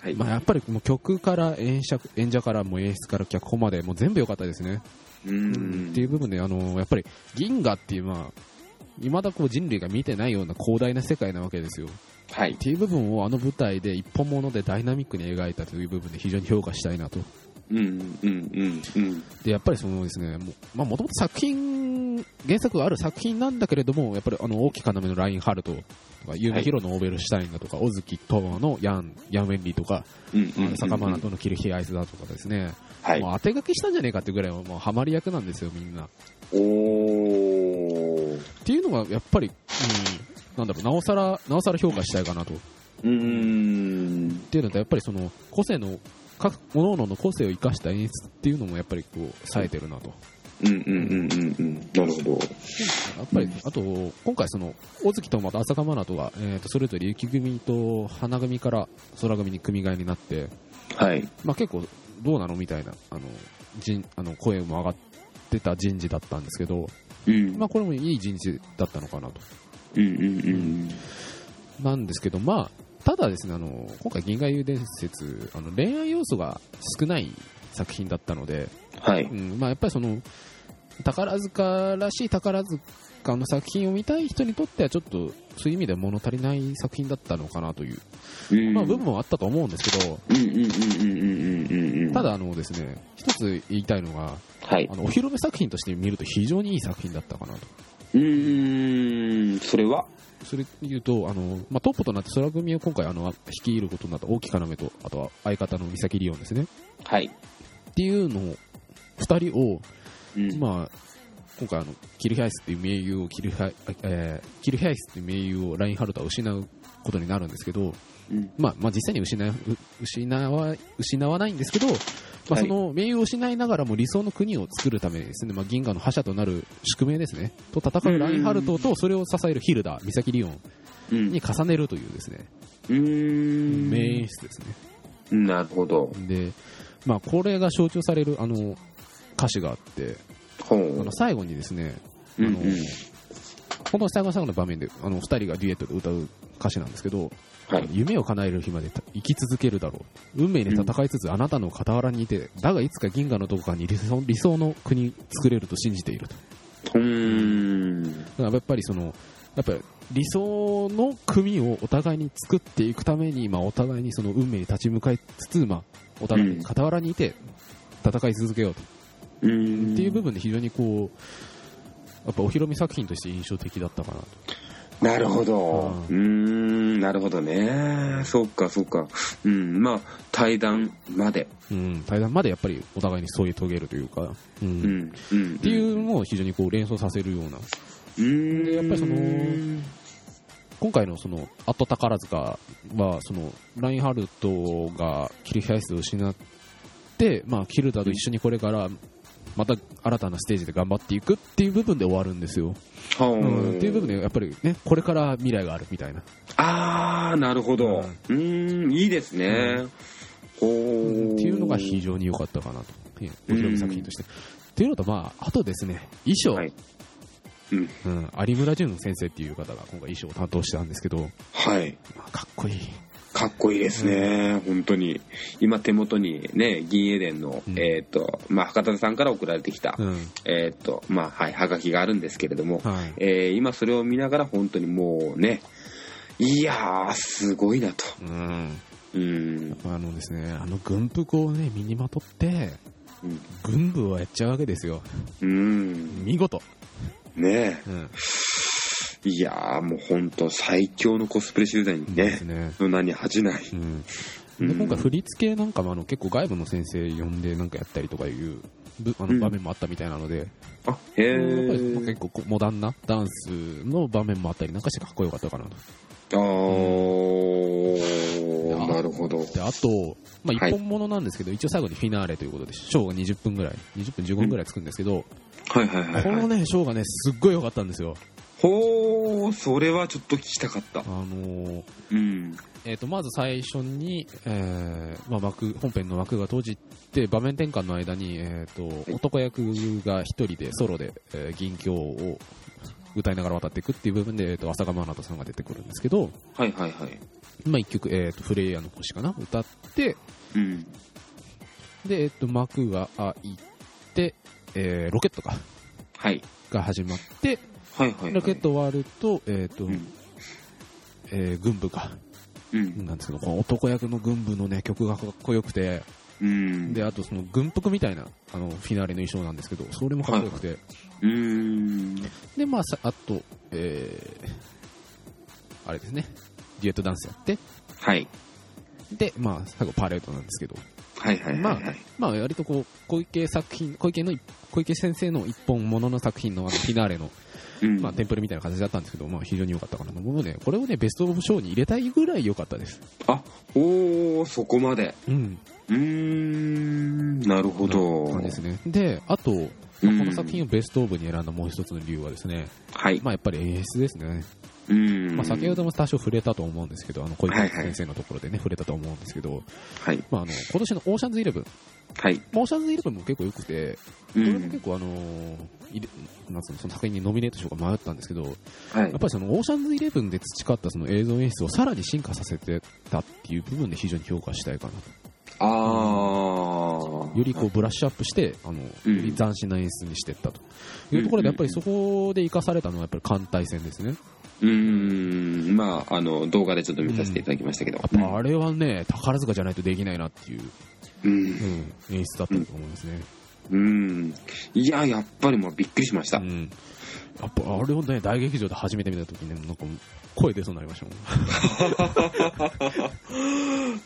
[SPEAKER 2] はい。
[SPEAKER 1] まあ、やっぱりもう曲から演者演者からもう演出から脚本までもう全部良かったですね
[SPEAKER 2] う
[SPEAKER 1] っ
[SPEAKER 2] ん
[SPEAKER 1] ていう部分で、あのやっぱり銀河っていう、まあ、未だこう人類が見てないような広大な世界なわけですよ。っ
[SPEAKER 2] はい。
[SPEAKER 1] ていう部分をあの舞台で一本物でダイナミックに描いたという部分で非常に評価したいなと。
[SPEAKER 2] うん、うん、うん、うん。
[SPEAKER 1] で、やっぱりそのですね、もともと作品原作がある作品なんだけれども、やっぱりあの大きかなめのラインハルトとか、ユーミヒロのオーベルシュタインだとか、小月トワのヤン、ヤンウェンリーとか、
[SPEAKER 2] うん
[SPEAKER 1] あの坂間とのキルヒアイスだとかですね、
[SPEAKER 2] はい
[SPEAKER 1] もう当て書きしたんじゃねえかってぐらいはもうハマり役なんですよ、みんな。
[SPEAKER 2] おー
[SPEAKER 1] っていうのがやっぱり、うん、なんだろう、なおさら、なおさら評価したいかなと。っ
[SPEAKER 2] うーん
[SPEAKER 1] ていうのと、やっぱりその、個性の、各各々の個性を生かした演出っていうのもやっぱりこう、冴えてるなと。
[SPEAKER 2] うんうんうんうんうんなるほど
[SPEAKER 1] やっぱり、あと、今回その、大月とまた浅香真奈とが、えー、とそれぞれ雪組と花組から空組に組替えになって、
[SPEAKER 2] はい
[SPEAKER 1] まあ結構、どうなのみたいな、あの、人、あの、声も上がってた人事だったんですけど、
[SPEAKER 2] うん
[SPEAKER 1] まあこれもいい人事だったのかなと。
[SPEAKER 2] うんうんうん
[SPEAKER 1] なんですけど、まあ、ただですね、あの、今回銀河優伝説、あの、恋愛要素が少ない作品だったので、、
[SPEAKER 2] はいう
[SPEAKER 1] ん、まあやっぱりその、宝塚らしい宝塚の作品を見たい人にとってはちょっと、そういう意味では物足りない作品だったのかなという、
[SPEAKER 2] うん、
[SPEAKER 1] まあ部分もあったと思うんですけど、
[SPEAKER 2] うんうんうんうんうんうんうん
[SPEAKER 1] ただあのですね、一つ言いたいのが、
[SPEAKER 2] はい
[SPEAKER 1] あの、お披露目作品として見ると非常にいい作品だったかなと。
[SPEAKER 2] うーんそれは
[SPEAKER 1] それで言うと、あの、まあ、トップとなって空組を今回、あの、率いることになった大木要と、あとは相方の三崎リオンですね。
[SPEAKER 2] はい、
[SPEAKER 1] っていうのを、2人を、
[SPEAKER 2] うん
[SPEAKER 1] まあ、今回あの、キルヒアイスっていう名優をキルヒアイ、えーキルヒアイスっていう名優をラインハルトは失うことになるんですけど、
[SPEAKER 2] うん
[SPEAKER 1] まあ、まあ実際に失う失わ失わないんですけど、まあ、
[SPEAKER 2] はい
[SPEAKER 1] その名優を失いながらも理想の国を作るためにですね、まあ、銀河の覇者となる宿命ですね、と戦うラインハルトとそれを支えるヒルダ、ミサキリオン
[SPEAKER 2] うん
[SPEAKER 1] に重ねるというですね、
[SPEAKER 2] うーん
[SPEAKER 1] 名演出ですね。
[SPEAKER 2] なるほど
[SPEAKER 1] で、まあ、これが象徴されるあの歌詞があって、
[SPEAKER 2] ほ
[SPEAKER 1] あ
[SPEAKER 2] う
[SPEAKER 1] の最後にですね、
[SPEAKER 2] う
[SPEAKER 1] あ
[SPEAKER 2] ん
[SPEAKER 1] の
[SPEAKER 2] うん
[SPEAKER 1] この最後の最後の場面で、あの、二人がデュエットで歌う歌詞なんですけど、
[SPEAKER 2] はい
[SPEAKER 1] 夢を叶える日まで生き続けるだろう。運命に戦いつつあなたの傍らにいて、だがいつか銀河のどこかに理想理想の国作れると信じていると。
[SPEAKER 2] うーん
[SPEAKER 1] だからやっぱりその、やっぱり理想の組をお互いに作っていくために、まあ、お互いにその運命に立ち向かいつつ、まあ、お互いに傍らにいて戦い続けようと。
[SPEAKER 2] うーん
[SPEAKER 1] っていう部分で非常にこう、やっぱお披露目作品として印象的だったかなと。
[SPEAKER 2] なるほど。う
[SPEAKER 1] う
[SPEAKER 2] ーん、なるほどね。そっか、そっか。うん、まあ、対談まで。
[SPEAKER 1] うん、対談までやっぱりお互いに添い遂げるというか、うん
[SPEAKER 2] う
[SPEAKER 1] っ
[SPEAKER 2] ん、うん。って
[SPEAKER 1] いうのを非常にこう連想させるような、
[SPEAKER 2] うーん。
[SPEAKER 1] やっぱりその今回のその、アット宝塚は、その、ラインハルトがキルヒアイスを失って、まあ、キルダと一緒にこれから、また新たなステージで頑張っていくっていう部分で終わるんですよ。
[SPEAKER 2] はあ
[SPEAKER 1] うん、っていう部分で、やっぱりね、これから未来があるみたいな。
[SPEAKER 2] あー、なるほど。うーん、いいですね。ほー。
[SPEAKER 1] っていうのが非常に良かったかなと、ええお披露目作品として。っていうのと、まあ、あとですね、衣装、
[SPEAKER 2] はいうん。
[SPEAKER 1] うん、有村淳先生っていう方が今回衣装を担当してたんですけど、
[SPEAKER 2] はい。
[SPEAKER 1] まあ、かっこいい、
[SPEAKER 2] かっこいいですね、本当に。今手元にね、銀英伝の、
[SPEAKER 1] うん
[SPEAKER 2] えっ、と、まあ、博多さんから送られてきた、
[SPEAKER 1] うん
[SPEAKER 2] えっ、と、まあ、はい、はがきがあるんですけれども、
[SPEAKER 1] はい
[SPEAKER 2] えー今それを見ながら本当にもうね、いやー、すごいなと。
[SPEAKER 1] うん、
[SPEAKER 2] うん。
[SPEAKER 1] あのですねあの軍服をね身にまとって
[SPEAKER 2] うん
[SPEAKER 1] 軍部をやっちゃうわけですよ
[SPEAKER 2] うん。
[SPEAKER 1] 見事、
[SPEAKER 2] ね
[SPEAKER 1] うん
[SPEAKER 2] え。いやー、もう本当最強のコスプレ集団に
[SPEAKER 1] です
[SPEAKER 2] ね、
[SPEAKER 1] ね、
[SPEAKER 2] の名に恥じない。
[SPEAKER 1] うん、で
[SPEAKER 2] うん
[SPEAKER 1] 今回振り付けなんかもあの結構外部の先生呼んでなんかやったりとかいうぶあ
[SPEAKER 2] うん
[SPEAKER 1] の場面もあったみたいなので、
[SPEAKER 2] あ、へえ
[SPEAKER 1] やっぱりまあ結。構こうモダンなダンスの場面もあったりなんかしてかっこよかったかなと
[SPEAKER 2] あー、
[SPEAKER 1] うん
[SPEAKER 2] なるほど。
[SPEAKER 1] であと、まあ、
[SPEAKER 2] はい
[SPEAKER 1] 一本物なんですけど、一応最後にフィナーレということでショーが20分ぐらい20分15分ぐらいつくんですけど、
[SPEAKER 2] はいはいはい、
[SPEAKER 1] こ
[SPEAKER 2] は
[SPEAKER 1] の
[SPEAKER 2] い。
[SPEAKER 1] ねショーがねすっごい良かったんですよ
[SPEAKER 2] ほー、それはちょっと聞きたかった
[SPEAKER 1] あ。のー
[SPEAKER 2] うん。
[SPEAKER 1] えー、とまず最初に、えーまあ、幕本編の枠が閉じて場面転換の間に、えー、と
[SPEAKER 2] い
[SPEAKER 1] 男役が一人でソロで、えー銀鏡を歌いながら渡っていくっていう部分で、えー、と浅香真奈人さんが出てくるんですけど、
[SPEAKER 2] はいはいはい。
[SPEAKER 1] まあ、一曲、えーと「フレイヤーの星」かな歌って
[SPEAKER 2] うん。
[SPEAKER 1] で、えー、と幕が開いて、えーロケットか
[SPEAKER 2] はい。
[SPEAKER 1] が始まって
[SPEAKER 2] はいはい、はい。
[SPEAKER 1] ロケット終わると,、えーと
[SPEAKER 2] うん。
[SPEAKER 1] えー軍部か
[SPEAKER 2] うん。
[SPEAKER 1] なんですけどこの男役の軍部の、ね、曲がかっこよくて
[SPEAKER 2] うん。
[SPEAKER 1] で、あとその軍服みたいな、あの、フィナーレの衣装なんですけど、それもかっこよくて。
[SPEAKER 2] うん。
[SPEAKER 1] で、まあ、さあと、えー、あれですね、デュエットダンスやって、
[SPEAKER 2] はい。
[SPEAKER 1] で、まあ、最後パレードなんですけど、
[SPEAKER 2] はいはいはい、はい。
[SPEAKER 1] まあまあ、割とこう、小池作品、小池の、小池先生の一本ものの作品のあのフィナーレの、
[SPEAKER 2] うん、
[SPEAKER 1] まあ、テンプレみたいな形だったんですけど、まあ、非常に良かったかなと思うので、これをね、ベストオブショーに入れたいぐらい良かったです。
[SPEAKER 2] あ、おー、そこまで。
[SPEAKER 1] うん。
[SPEAKER 2] うーん、なるほど。
[SPEAKER 1] な感じですね。で、あと、こ
[SPEAKER 2] うん
[SPEAKER 1] の作品をベストオブに選んだもう一つの理由はですね、
[SPEAKER 2] はい。
[SPEAKER 1] まあ、やっぱり演出ですね。
[SPEAKER 2] うん。
[SPEAKER 1] まあ、先ほども多少触れたと思うんですけど、あの、小池先生のところでね、触れたと思うんですけど、
[SPEAKER 2] はい。
[SPEAKER 1] まあ、あの、今年のオーシャンズイレブン、
[SPEAKER 2] はい。
[SPEAKER 1] オーシャンズイレブンも結構良くて、
[SPEAKER 2] う
[SPEAKER 1] これも結
[SPEAKER 2] ん。
[SPEAKER 1] 構あのー、いれなんつうの、その作品にノミネートしようか迷ったんですけど、やっ
[SPEAKER 2] はい
[SPEAKER 1] ぱ。りそのオーシャンズイレブンで培ったその映像演出をさらに進化させてたっていう部分で非常に評価したいかな
[SPEAKER 2] あー。
[SPEAKER 1] よりこうブラッシュアップして、あの、よ
[SPEAKER 2] うん
[SPEAKER 1] り斬新な演出にしていったというところで、やっぱりそこで活かされたのはやっぱり艦隊戦ですね。
[SPEAKER 2] うーん。まあ、あの、動画でちょっと見させていただきましたけど。
[SPEAKER 1] やっぱあれはね、宝塚じゃないとできないなっていう、
[SPEAKER 2] うん。
[SPEAKER 1] 演出だったと思いますね。
[SPEAKER 2] うん。いや、やっぱりもうびっくりしました
[SPEAKER 1] う。ん。やっぱあれをね、大劇場で初めて見た時に、なんか声出そうになりましたもん。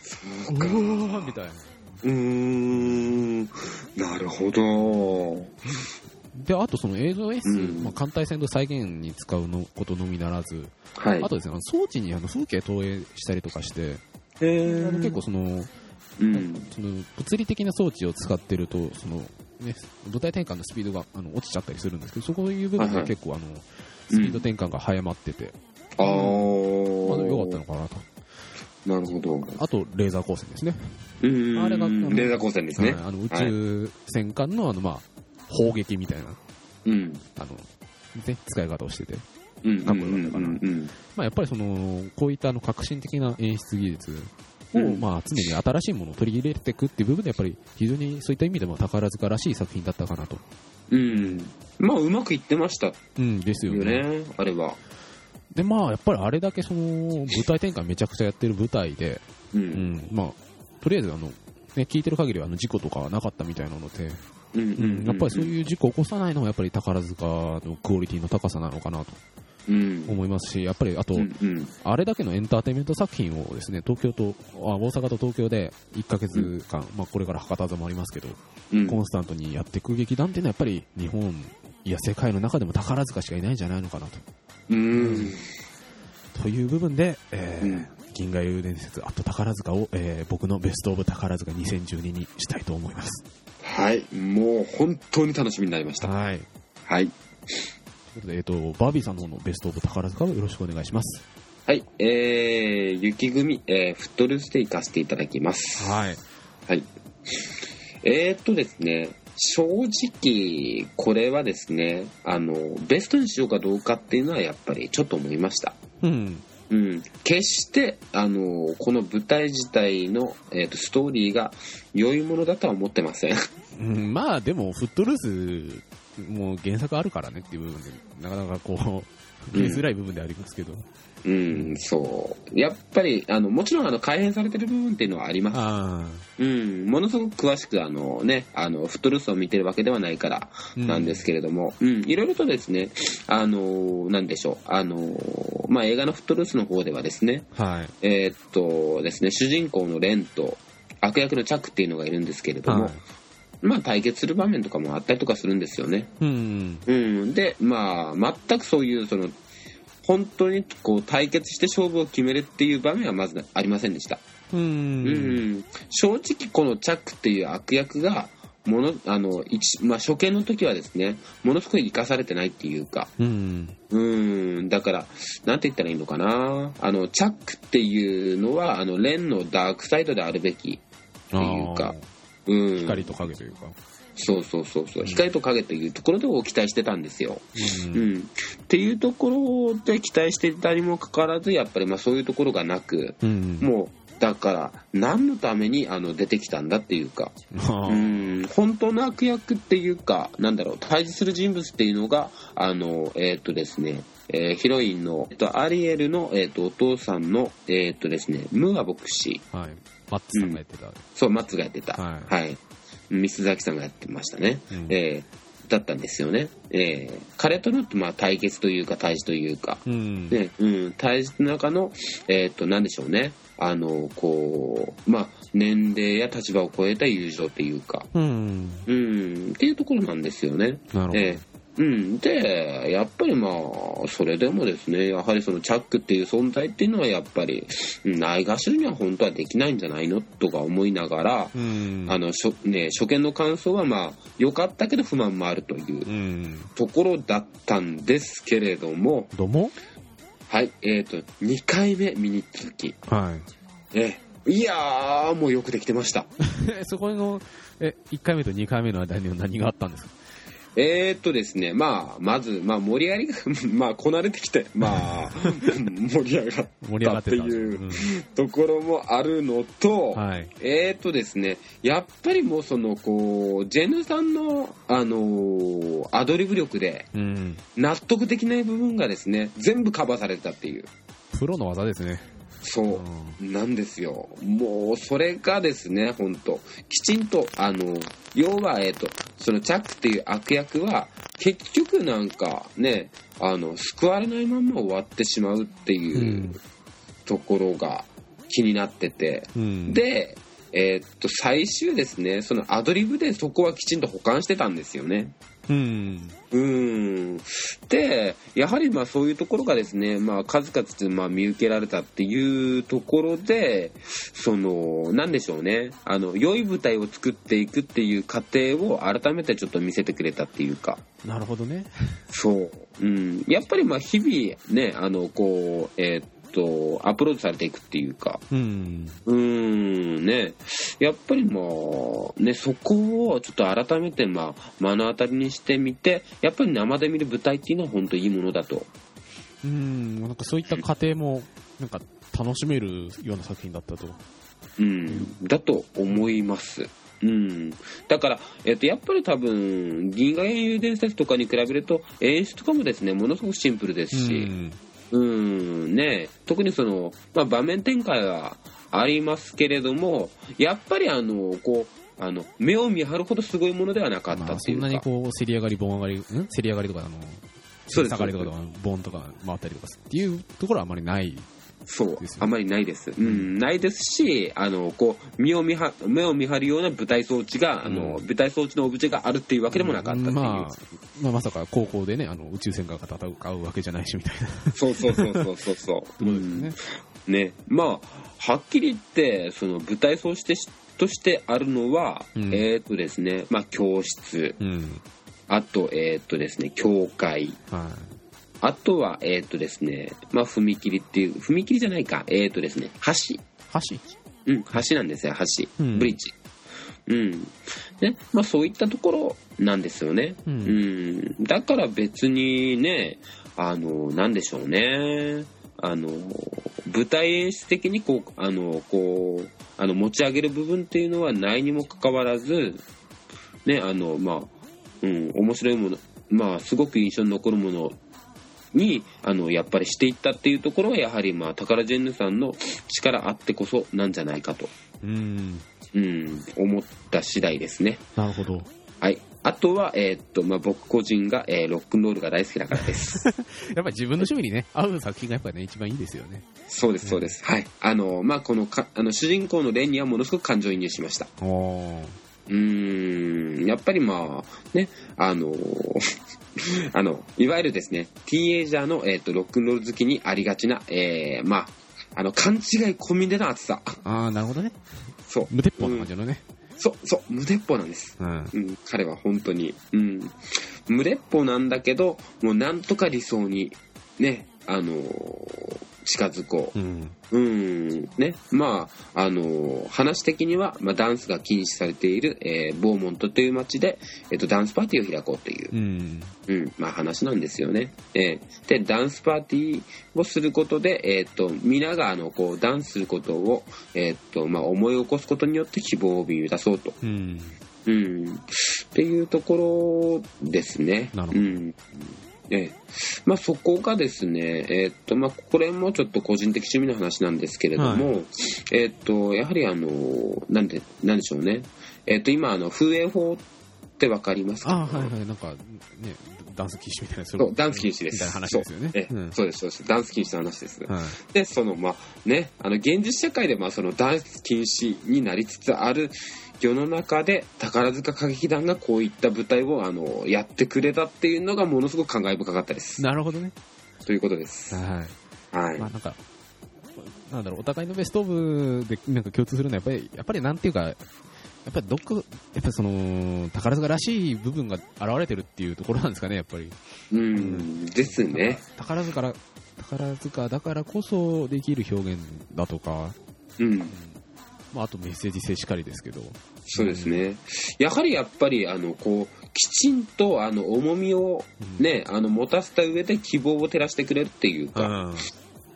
[SPEAKER 2] そうか。う
[SPEAKER 1] うわーみたいな。
[SPEAKER 2] ーん。なるほど。
[SPEAKER 1] で、あとその映像演出、
[SPEAKER 2] うん
[SPEAKER 1] まあ、艦隊戦と再現に使うのことのみならず、
[SPEAKER 2] はい。
[SPEAKER 1] あとですね、あの装置にあの風景投影したりとかして、
[SPEAKER 2] え
[SPEAKER 1] あの結構、その、
[SPEAKER 2] うん。
[SPEAKER 1] その物理的な装置を使ってると、そのね、土体転換のスピードがあの落ちちゃったりするんですけど、そこいう部分
[SPEAKER 2] はい
[SPEAKER 1] で
[SPEAKER 2] はい
[SPEAKER 1] 結構あの、スピード転換が早まってて、
[SPEAKER 2] ああ。
[SPEAKER 1] まあ、良かったのかなと。
[SPEAKER 2] なるほど。
[SPEAKER 1] あと、レーザー光線ですね。
[SPEAKER 2] うん。
[SPEAKER 1] あれがあの
[SPEAKER 2] レーザー光線ですね。
[SPEAKER 1] はいあの宇宙戦艦のあの、まあ、砲撃みたいな、
[SPEAKER 2] うん。
[SPEAKER 1] あの、ね、使い方をしてて。
[SPEAKER 2] うん。
[SPEAKER 1] かっこよかったかな
[SPEAKER 2] うんうん
[SPEAKER 1] まあ、やっぱりそのこういったあの革新的な演出技術を、
[SPEAKER 2] うん
[SPEAKER 1] まあ、常に新しいものを取り入れていくっていう部分でやっぱり非常にそういった意味でも宝塚らしい作品だったかなと、
[SPEAKER 2] うん。まあ、うまくいってましたよ
[SPEAKER 1] うん、ですよね
[SPEAKER 2] ね、あれは。
[SPEAKER 1] でまあやっぱりあれだけその舞台転換めちゃくちゃやってる舞台で、
[SPEAKER 2] う。
[SPEAKER 1] うんんまあ、とりあえずあの、ね、聞いてる限りはあの事故とかはなかったみたいなので、
[SPEAKER 2] うん
[SPEAKER 1] うん、やっぱりそう
[SPEAKER 2] う
[SPEAKER 1] いう事故を起こさないのがやっぱり宝塚のクオリティの高さなのかなと
[SPEAKER 2] ん。うん。
[SPEAKER 1] 思いますしやっぱりあと、
[SPEAKER 2] うんうん。
[SPEAKER 1] あれだけのエンターテインメント作品をですね東京とあ大阪と東京で1ヶ月間、まあ、これから博多座もありますけど、
[SPEAKER 2] うん
[SPEAKER 1] コンスタントにやっていく劇団っていうのはやっぱり日本いや世界の中でも宝塚しかいないんじゃないのかな
[SPEAKER 2] うん。
[SPEAKER 1] とという部分で、えー
[SPEAKER 2] うん
[SPEAKER 1] 銀河優伝説あと宝塚を、えー僕のベスト・オブ宝塚2012にしたいと思います
[SPEAKER 2] はい。もう本当に楽しみになりました。
[SPEAKER 1] はい
[SPEAKER 2] はい。
[SPEAKER 1] ということで、えー、とバービーさんの方のベスト・オブ宝塚をよろしくお願いします
[SPEAKER 2] はい。えー、雪組、えー、フットルースで行かせていただきます。
[SPEAKER 1] はい
[SPEAKER 2] はい。えー、っとですね、正直、これはですね、あの、ベストにしようかどうかっていうのはやっぱりちょっと思いました。
[SPEAKER 1] うん
[SPEAKER 2] うん、決してあのこの舞台自体の、えー、とストーリーが良いものだとは思ってません [LAUGHS]
[SPEAKER 1] うんまあでも、フットルース、もう原作あるからねっていう部分で、なかなかこう、
[SPEAKER 2] うん
[SPEAKER 1] 見づらい部分ではありますけど、
[SPEAKER 2] うんそうやっぱりあのもちろんあの改変されてる部分っていうのはあります、
[SPEAKER 1] あ
[SPEAKER 2] うん、ものすごく詳しくあの、ね、あのフットルースを見てるわけではないから
[SPEAKER 1] あ、
[SPEAKER 2] なんですけれども、うん、いろいろとですねあのなんでしょうあの、まあ、映画のフットルースの方ではですね
[SPEAKER 1] はい。
[SPEAKER 2] えーっとですね主人公のレンと悪役のチャックっていうのがいるんですけれども、
[SPEAKER 1] はい
[SPEAKER 2] まあ対決する場面とかもあったりとかするんですよね。
[SPEAKER 1] うん。
[SPEAKER 2] うん。で、まあ、全くそういう、その、本当にこう対決して勝負を決めるっていう場面はまずありませんでした。
[SPEAKER 1] う。
[SPEAKER 2] うんん。正直、このチャックっていう悪役が、もの、あの、一、まあ初見の時はですね、ものすごい生かされてないっていうか、
[SPEAKER 1] うん。
[SPEAKER 2] うん、だから、なんて言ったらいいのかな。あの、チャックっていうのは、あの、レンのダークサイドであるべき。
[SPEAKER 1] って
[SPEAKER 2] いうかうん。
[SPEAKER 1] 光と影というか。
[SPEAKER 2] そうそうそうそうう。
[SPEAKER 1] ん
[SPEAKER 2] 光と影というところでを期待してたんですよ。
[SPEAKER 1] う
[SPEAKER 2] う。ん、っていうところで期待していたにもかかわらずやっぱりまあそういうところがなく
[SPEAKER 1] うん。
[SPEAKER 2] もうだから何のためにあの出てきたんだっていうか、
[SPEAKER 1] あ
[SPEAKER 2] う
[SPEAKER 1] ー
[SPEAKER 2] ん、本当の悪役っていうかなんだろう対峙する人物っていうのがあのえーっ、とですねえーヒロインの、えっと、アリエルの、えーっとお父さんの、えーっとですね、ムーア牧師
[SPEAKER 1] はい。マッツさんがやってた。
[SPEAKER 2] そう、マッツがやってた。
[SPEAKER 1] は
[SPEAKER 2] はいい。ミスザキさんがやってましたね。
[SPEAKER 1] うん
[SPEAKER 2] えーだったんですよね。えー彼との、まあ、対決というか、対峙というか、
[SPEAKER 1] うん。
[SPEAKER 2] ね、うん、対峙の中の、えーっと、なんでしょうね。あの、こう、まあ、年齢や立場を超えた友情っていうか、
[SPEAKER 1] うん。
[SPEAKER 2] うん、っていうところなんですよね。
[SPEAKER 1] なるほど。
[SPEAKER 2] ええうん、で、やっぱりまあ、それでもですね、やはりそのチャックっていう存在っていうのは、やっぱり、うんないがしろには本当はできないんじゃないのとか思いながら、
[SPEAKER 1] うん。
[SPEAKER 2] あの、しょね、初見の感想はまあ、良かったけど不満もあるという
[SPEAKER 1] うん。
[SPEAKER 2] ところだったんですけれども、
[SPEAKER 1] どうも
[SPEAKER 2] はい、えっ、と、2回目見に続き、
[SPEAKER 1] はい。
[SPEAKER 2] [LAUGHS] ええいやー、もうよくできてました。
[SPEAKER 1] えそこの、え、1回目と2回目の間には何があったんですか
[SPEAKER 2] えー、っとですね、まあ、まず、まあ、盛り上がり [LAUGHS] が、まあ、こなれてきて、まあ、盛り上がっ
[SPEAKER 1] 盛り上がってたんですよ。
[SPEAKER 2] ってところもあるのと、
[SPEAKER 1] うんはい。
[SPEAKER 2] えー、っとですね、やっぱりもうその、こう、ジェヌさんの、あのーアドリブ力で、
[SPEAKER 1] うん。
[SPEAKER 2] 納得できない部分がですね、全部カバーされてたっていう。
[SPEAKER 1] プロの技ですね。
[SPEAKER 2] そう。なんですよ。もう、それがですね、ほんと。きちんと、あの、要は、えっ、と、その、チャックっていう悪役は、結局なんか、ね、あの、救われないまんま終わってしまうっていううんところが気になってて。
[SPEAKER 1] うん。、
[SPEAKER 2] で、えっと、最終ですね、そのアドリブでそこはきちんと保管してたんですよね。
[SPEAKER 1] うん。
[SPEAKER 2] うーん。で、やはりまあそういうところがですね、まあ数々まあ見受けられたっていうところで、その、なんでしょうね、あの、良い舞台を作っていくっていう過程を改めてちょっと見せてくれたっていうか、
[SPEAKER 1] なるほどね。
[SPEAKER 2] そう。うん。やっぱりまあ日々ね、あの、こう、えーっと、アップロードされていくっていうか、
[SPEAKER 1] うん。
[SPEAKER 2] うーんね、やっぱりまあ、ね、そこをちょっと改めて、まあ、目の当たりにしてみて、やっぱり生で見る舞台っていうのは本当いいものだと。
[SPEAKER 1] うん。なんかそういった過程も、なんか楽しめるような作品だったと。
[SPEAKER 2] うん、だと思います。うん、だから、えっと、やっぱり多分、銀河英雄伝説とかに比べると、演出とかもですね、ものすごくシンプルですし、
[SPEAKER 1] うん。
[SPEAKER 2] うーんね、特にその、まあ、場面展開はありますけれども、やっぱりあのこうあの目を見張るほどすごいものではなかった
[SPEAKER 1] まあ、
[SPEAKER 2] って
[SPEAKER 1] そ
[SPEAKER 2] い
[SPEAKER 1] ん
[SPEAKER 2] うか、
[SPEAKER 1] なにこう、競り上がり、盆上がり、ん競り上がりとか、あの、
[SPEAKER 2] そうです
[SPEAKER 1] 下がりとかとか、盆とか回ったりとかっていうところはあまりない。
[SPEAKER 2] そう
[SPEAKER 1] ですよ
[SPEAKER 2] あまりないです、うん、ないですしあのこう目を見張、目を見張るような舞台装置が、あの
[SPEAKER 1] うん
[SPEAKER 2] 舞台装置のオブジェがあるっていうわけでもなかったっていう、
[SPEAKER 1] まあ、まあ、まさか高校でね、あの、宇宙船が戦うわけじゃないし、みたいなとこ
[SPEAKER 2] そうそうそうそ
[SPEAKER 1] [LAUGHS]
[SPEAKER 2] うそうそう
[SPEAKER 1] ろですよね。
[SPEAKER 2] うんねまあ、はっきり言って、その舞台装置としてあるのは、
[SPEAKER 1] うん
[SPEAKER 2] えっ、とですね、まあ、教室、
[SPEAKER 1] うん。
[SPEAKER 2] あと、えーっとですね、教会。
[SPEAKER 1] は
[SPEAKER 2] あとは、えーっとですね、まあ、踏切っていう、踏切じゃないか、えーっとですね、橋。
[SPEAKER 1] い。
[SPEAKER 2] うん、橋なんですよ、橋。
[SPEAKER 1] うん
[SPEAKER 2] ブリッジ。うん。ね、まあ、そういったところなんですよね。
[SPEAKER 1] うん
[SPEAKER 2] うん、だから別にね、あの、なんでしょうね。あの、舞台演出的にこう、あの、こう、あの、持ち上げる部分っていうのはないにもかかわらず、ね、あの、まあ、うん、面白いもの、まあ、すごく印象に残るものに、あの、やっぱりしていったっていうところは、やはり、まあ、タカラジェンヌさんの力あってこそなんじゃないかと、
[SPEAKER 1] うん。
[SPEAKER 2] うん、思った次第ですね。
[SPEAKER 1] なるほど。
[SPEAKER 2] はい。あとは、えーっと、まあ、僕個人が、えーロックンロールが大好きだからです。
[SPEAKER 1] やっぱり自分の趣味にね、合う作品がやっぱね、一番いいですよね。
[SPEAKER 2] そうです、そうです。はい。あの、まあ、このか、あの、主人公のレンにはものすごく感情移入しました。
[SPEAKER 1] お
[SPEAKER 2] うーん、やっぱりまあ、ね、あの、 [LAUGHS] あの、いわゆるですね、ティーンエイジャーの、えーっと、ロックンロール好きにありがちな、えー、まあ、あの、勘違い込みでの熱さ。
[SPEAKER 1] ああ、なるほどね。
[SPEAKER 2] そう、
[SPEAKER 1] 無鉄砲な感じのね。
[SPEAKER 2] そう、そう、無鉄砲なんです。
[SPEAKER 1] うん。
[SPEAKER 2] うん、彼は本当に、うん、無劣法なんだけどもうなんとか理想にねあのー近づこ
[SPEAKER 1] うん。
[SPEAKER 2] ううんねまああのー話的には、まあ、ダンスが禁止されている、えーボーモントという街で、えっとダンスパーティーを開こうという
[SPEAKER 1] う、ん。
[SPEAKER 2] うんまあ、話なんですよね、えーでダンスパーティーをすることで、えっと皆があのこうダンスすることを、えっとまあ、思い起こすことによって希望を見出そうと
[SPEAKER 1] うん。
[SPEAKER 2] うん、っていうところですね。
[SPEAKER 1] なるほど
[SPEAKER 2] うんええまあ、そこがですね、えっとまあ、これもちょっと個人的趣味の話なんですけれども、えっとやはりあのなんでなんでしょうね、えっと今あの風営法ってわかりますか
[SPEAKER 1] あーはいはい、なんか、ね、ダンス禁止みたいな、そ
[SPEAKER 2] そうダンス禁止です
[SPEAKER 1] みたいな話ですよね。
[SPEAKER 2] ええ
[SPEAKER 1] うん
[SPEAKER 2] そうですそうですダンス禁止の話です、
[SPEAKER 1] はい
[SPEAKER 2] でそのまあねあの現実社会でまあそのダンス禁止になりつつある世の中で宝塚歌劇団がこういった舞台をあのやってくれたっていうのがものすごく感慨深かったです
[SPEAKER 1] なるほどね。
[SPEAKER 2] ということです
[SPEAKER 1] は。
[SPEAKER 2] はいい
[SPEAKER 1] まあなんか、なんだろう、お互いのベストオブでなんか共通するのは、やっぱり、やっぱりなんていうか、やっぱりどっか、やっぱりその、宝塚らしい部分が現れてるっていうところなんですかね、やっぱり。
[SPEAKER 2] うんですね
[SPEAKER 1] 宝塚から、宝塚だからこそできる表現だとか、
[SPEAKER 2] うん
[SPEAKER 1] まああとメッセージ性しかりですけど。
[SPEAKER 2] そうですねやはりやっぱりあのこうきちんとあの重みを
[SPEAKER 1] うん。
[SPEAKER 2] ねあの持たせた上で希望を照らしてくれるっていう
[SPEAKER 1] う
[SPEAKER 2] か、
[SPEAKER 1] ん。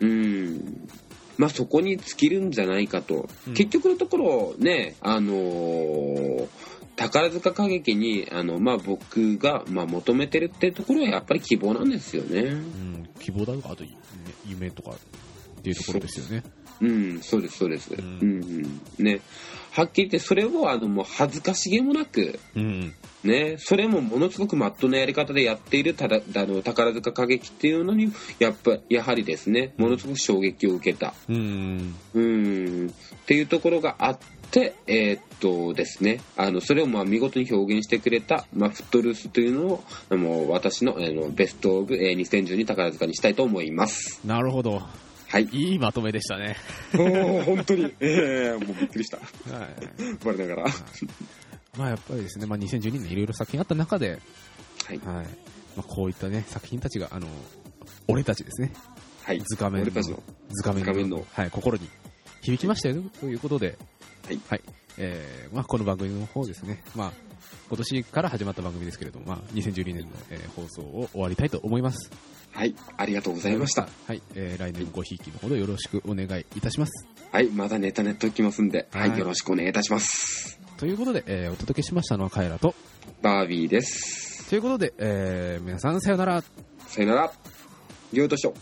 [SPEAKER 2] うんまあ、そこに尽きるんじゃないかと、
[SPEAKER 1] うん
[SPEAKER 2] 結局のところね、あのー宝塚歌劇にあの、まあ、僕が、まあ、求めてるってところはやっぱり希望なんですよね
[SPEAKER 1] うん希望だとか、あと夢夢とかっていうところですよね。
[SPEAKER 2] うんそうですそうです、う
[SPEAKER 1] うんん
[SPEAKER 2] うんね、はっきり言ってそれをあのもう恥ずかしげもなく、
[SPEAKER 1] うん。
[SPEAKER 2] ね、それもものすごくマットなやり方でやっているただあの宝塚歌劇っていうのにやっぱやはりですねものすごく衝撃を受けた
[SPEAKER 1] うん。
[SPEAKER 2] うんっていうところがあって、えーっとですね、あのそれをまあ見事に表現してくれた、まあ、フットルースというのをあの私のあのベスト・オブえー2012宝塚にしたいと思います。
[SPEAKER 1] なるほど。
[SPEAKER 2] はい、
[SPEAKER 1] いいまとめでしたね。
[SPEAKER 2] [LAUGHS] 本当に、えもうびっくりした、
[SPEAKER 1] はい。
[SPEAKER 2] 我ながら。は
[SPEAKER 1] [LAUGHS] まあやっぱりですね、まあ、2012年いろいろ作品あった中で、
[SPEAKER 2] い、
[SPEAKER 1] はいまあ、こういったね、作品たちが、あの、俺たちですね、
[SPEAKER 2] はい、
[SPEAKER 1] 図画面の
[SPEAKER 2] 俺たちの
[SPEAKER 1] 図画面
[SPEAKER 2] 図画面
[SPEAKER 1] の
[SPEAKER 2] の
[SPEAKER 1] はい、心に響きましたよということで、
[SPEAKER 2] はい
[SPEAKER 1] えーまあ、この番組の方ですね、まあ、今年から始まった番組ですけれども、まあ、2012年の、えー放送を終わりたいと思います。
[SPEAKER 2] はい、ありがとうございました。。
[SPEAKER 1] はい、えー来年もごひいきのほどよろしくお願いいたします。
[SPEAKER 2] はい、まだネタネットきますんで、は、
[SPEAKER 1] はいい
[SPEAKER 2] よろしくお願いいたします。
[SPEAKER 1] ということで、えーお届けしましたのはカエラと、
[SPEAKER 2] バービーです。
[SPEAKER 1] ということで、えー皆さんさようなら。
[SPEAKER 2] さよなら、りょうとしょ。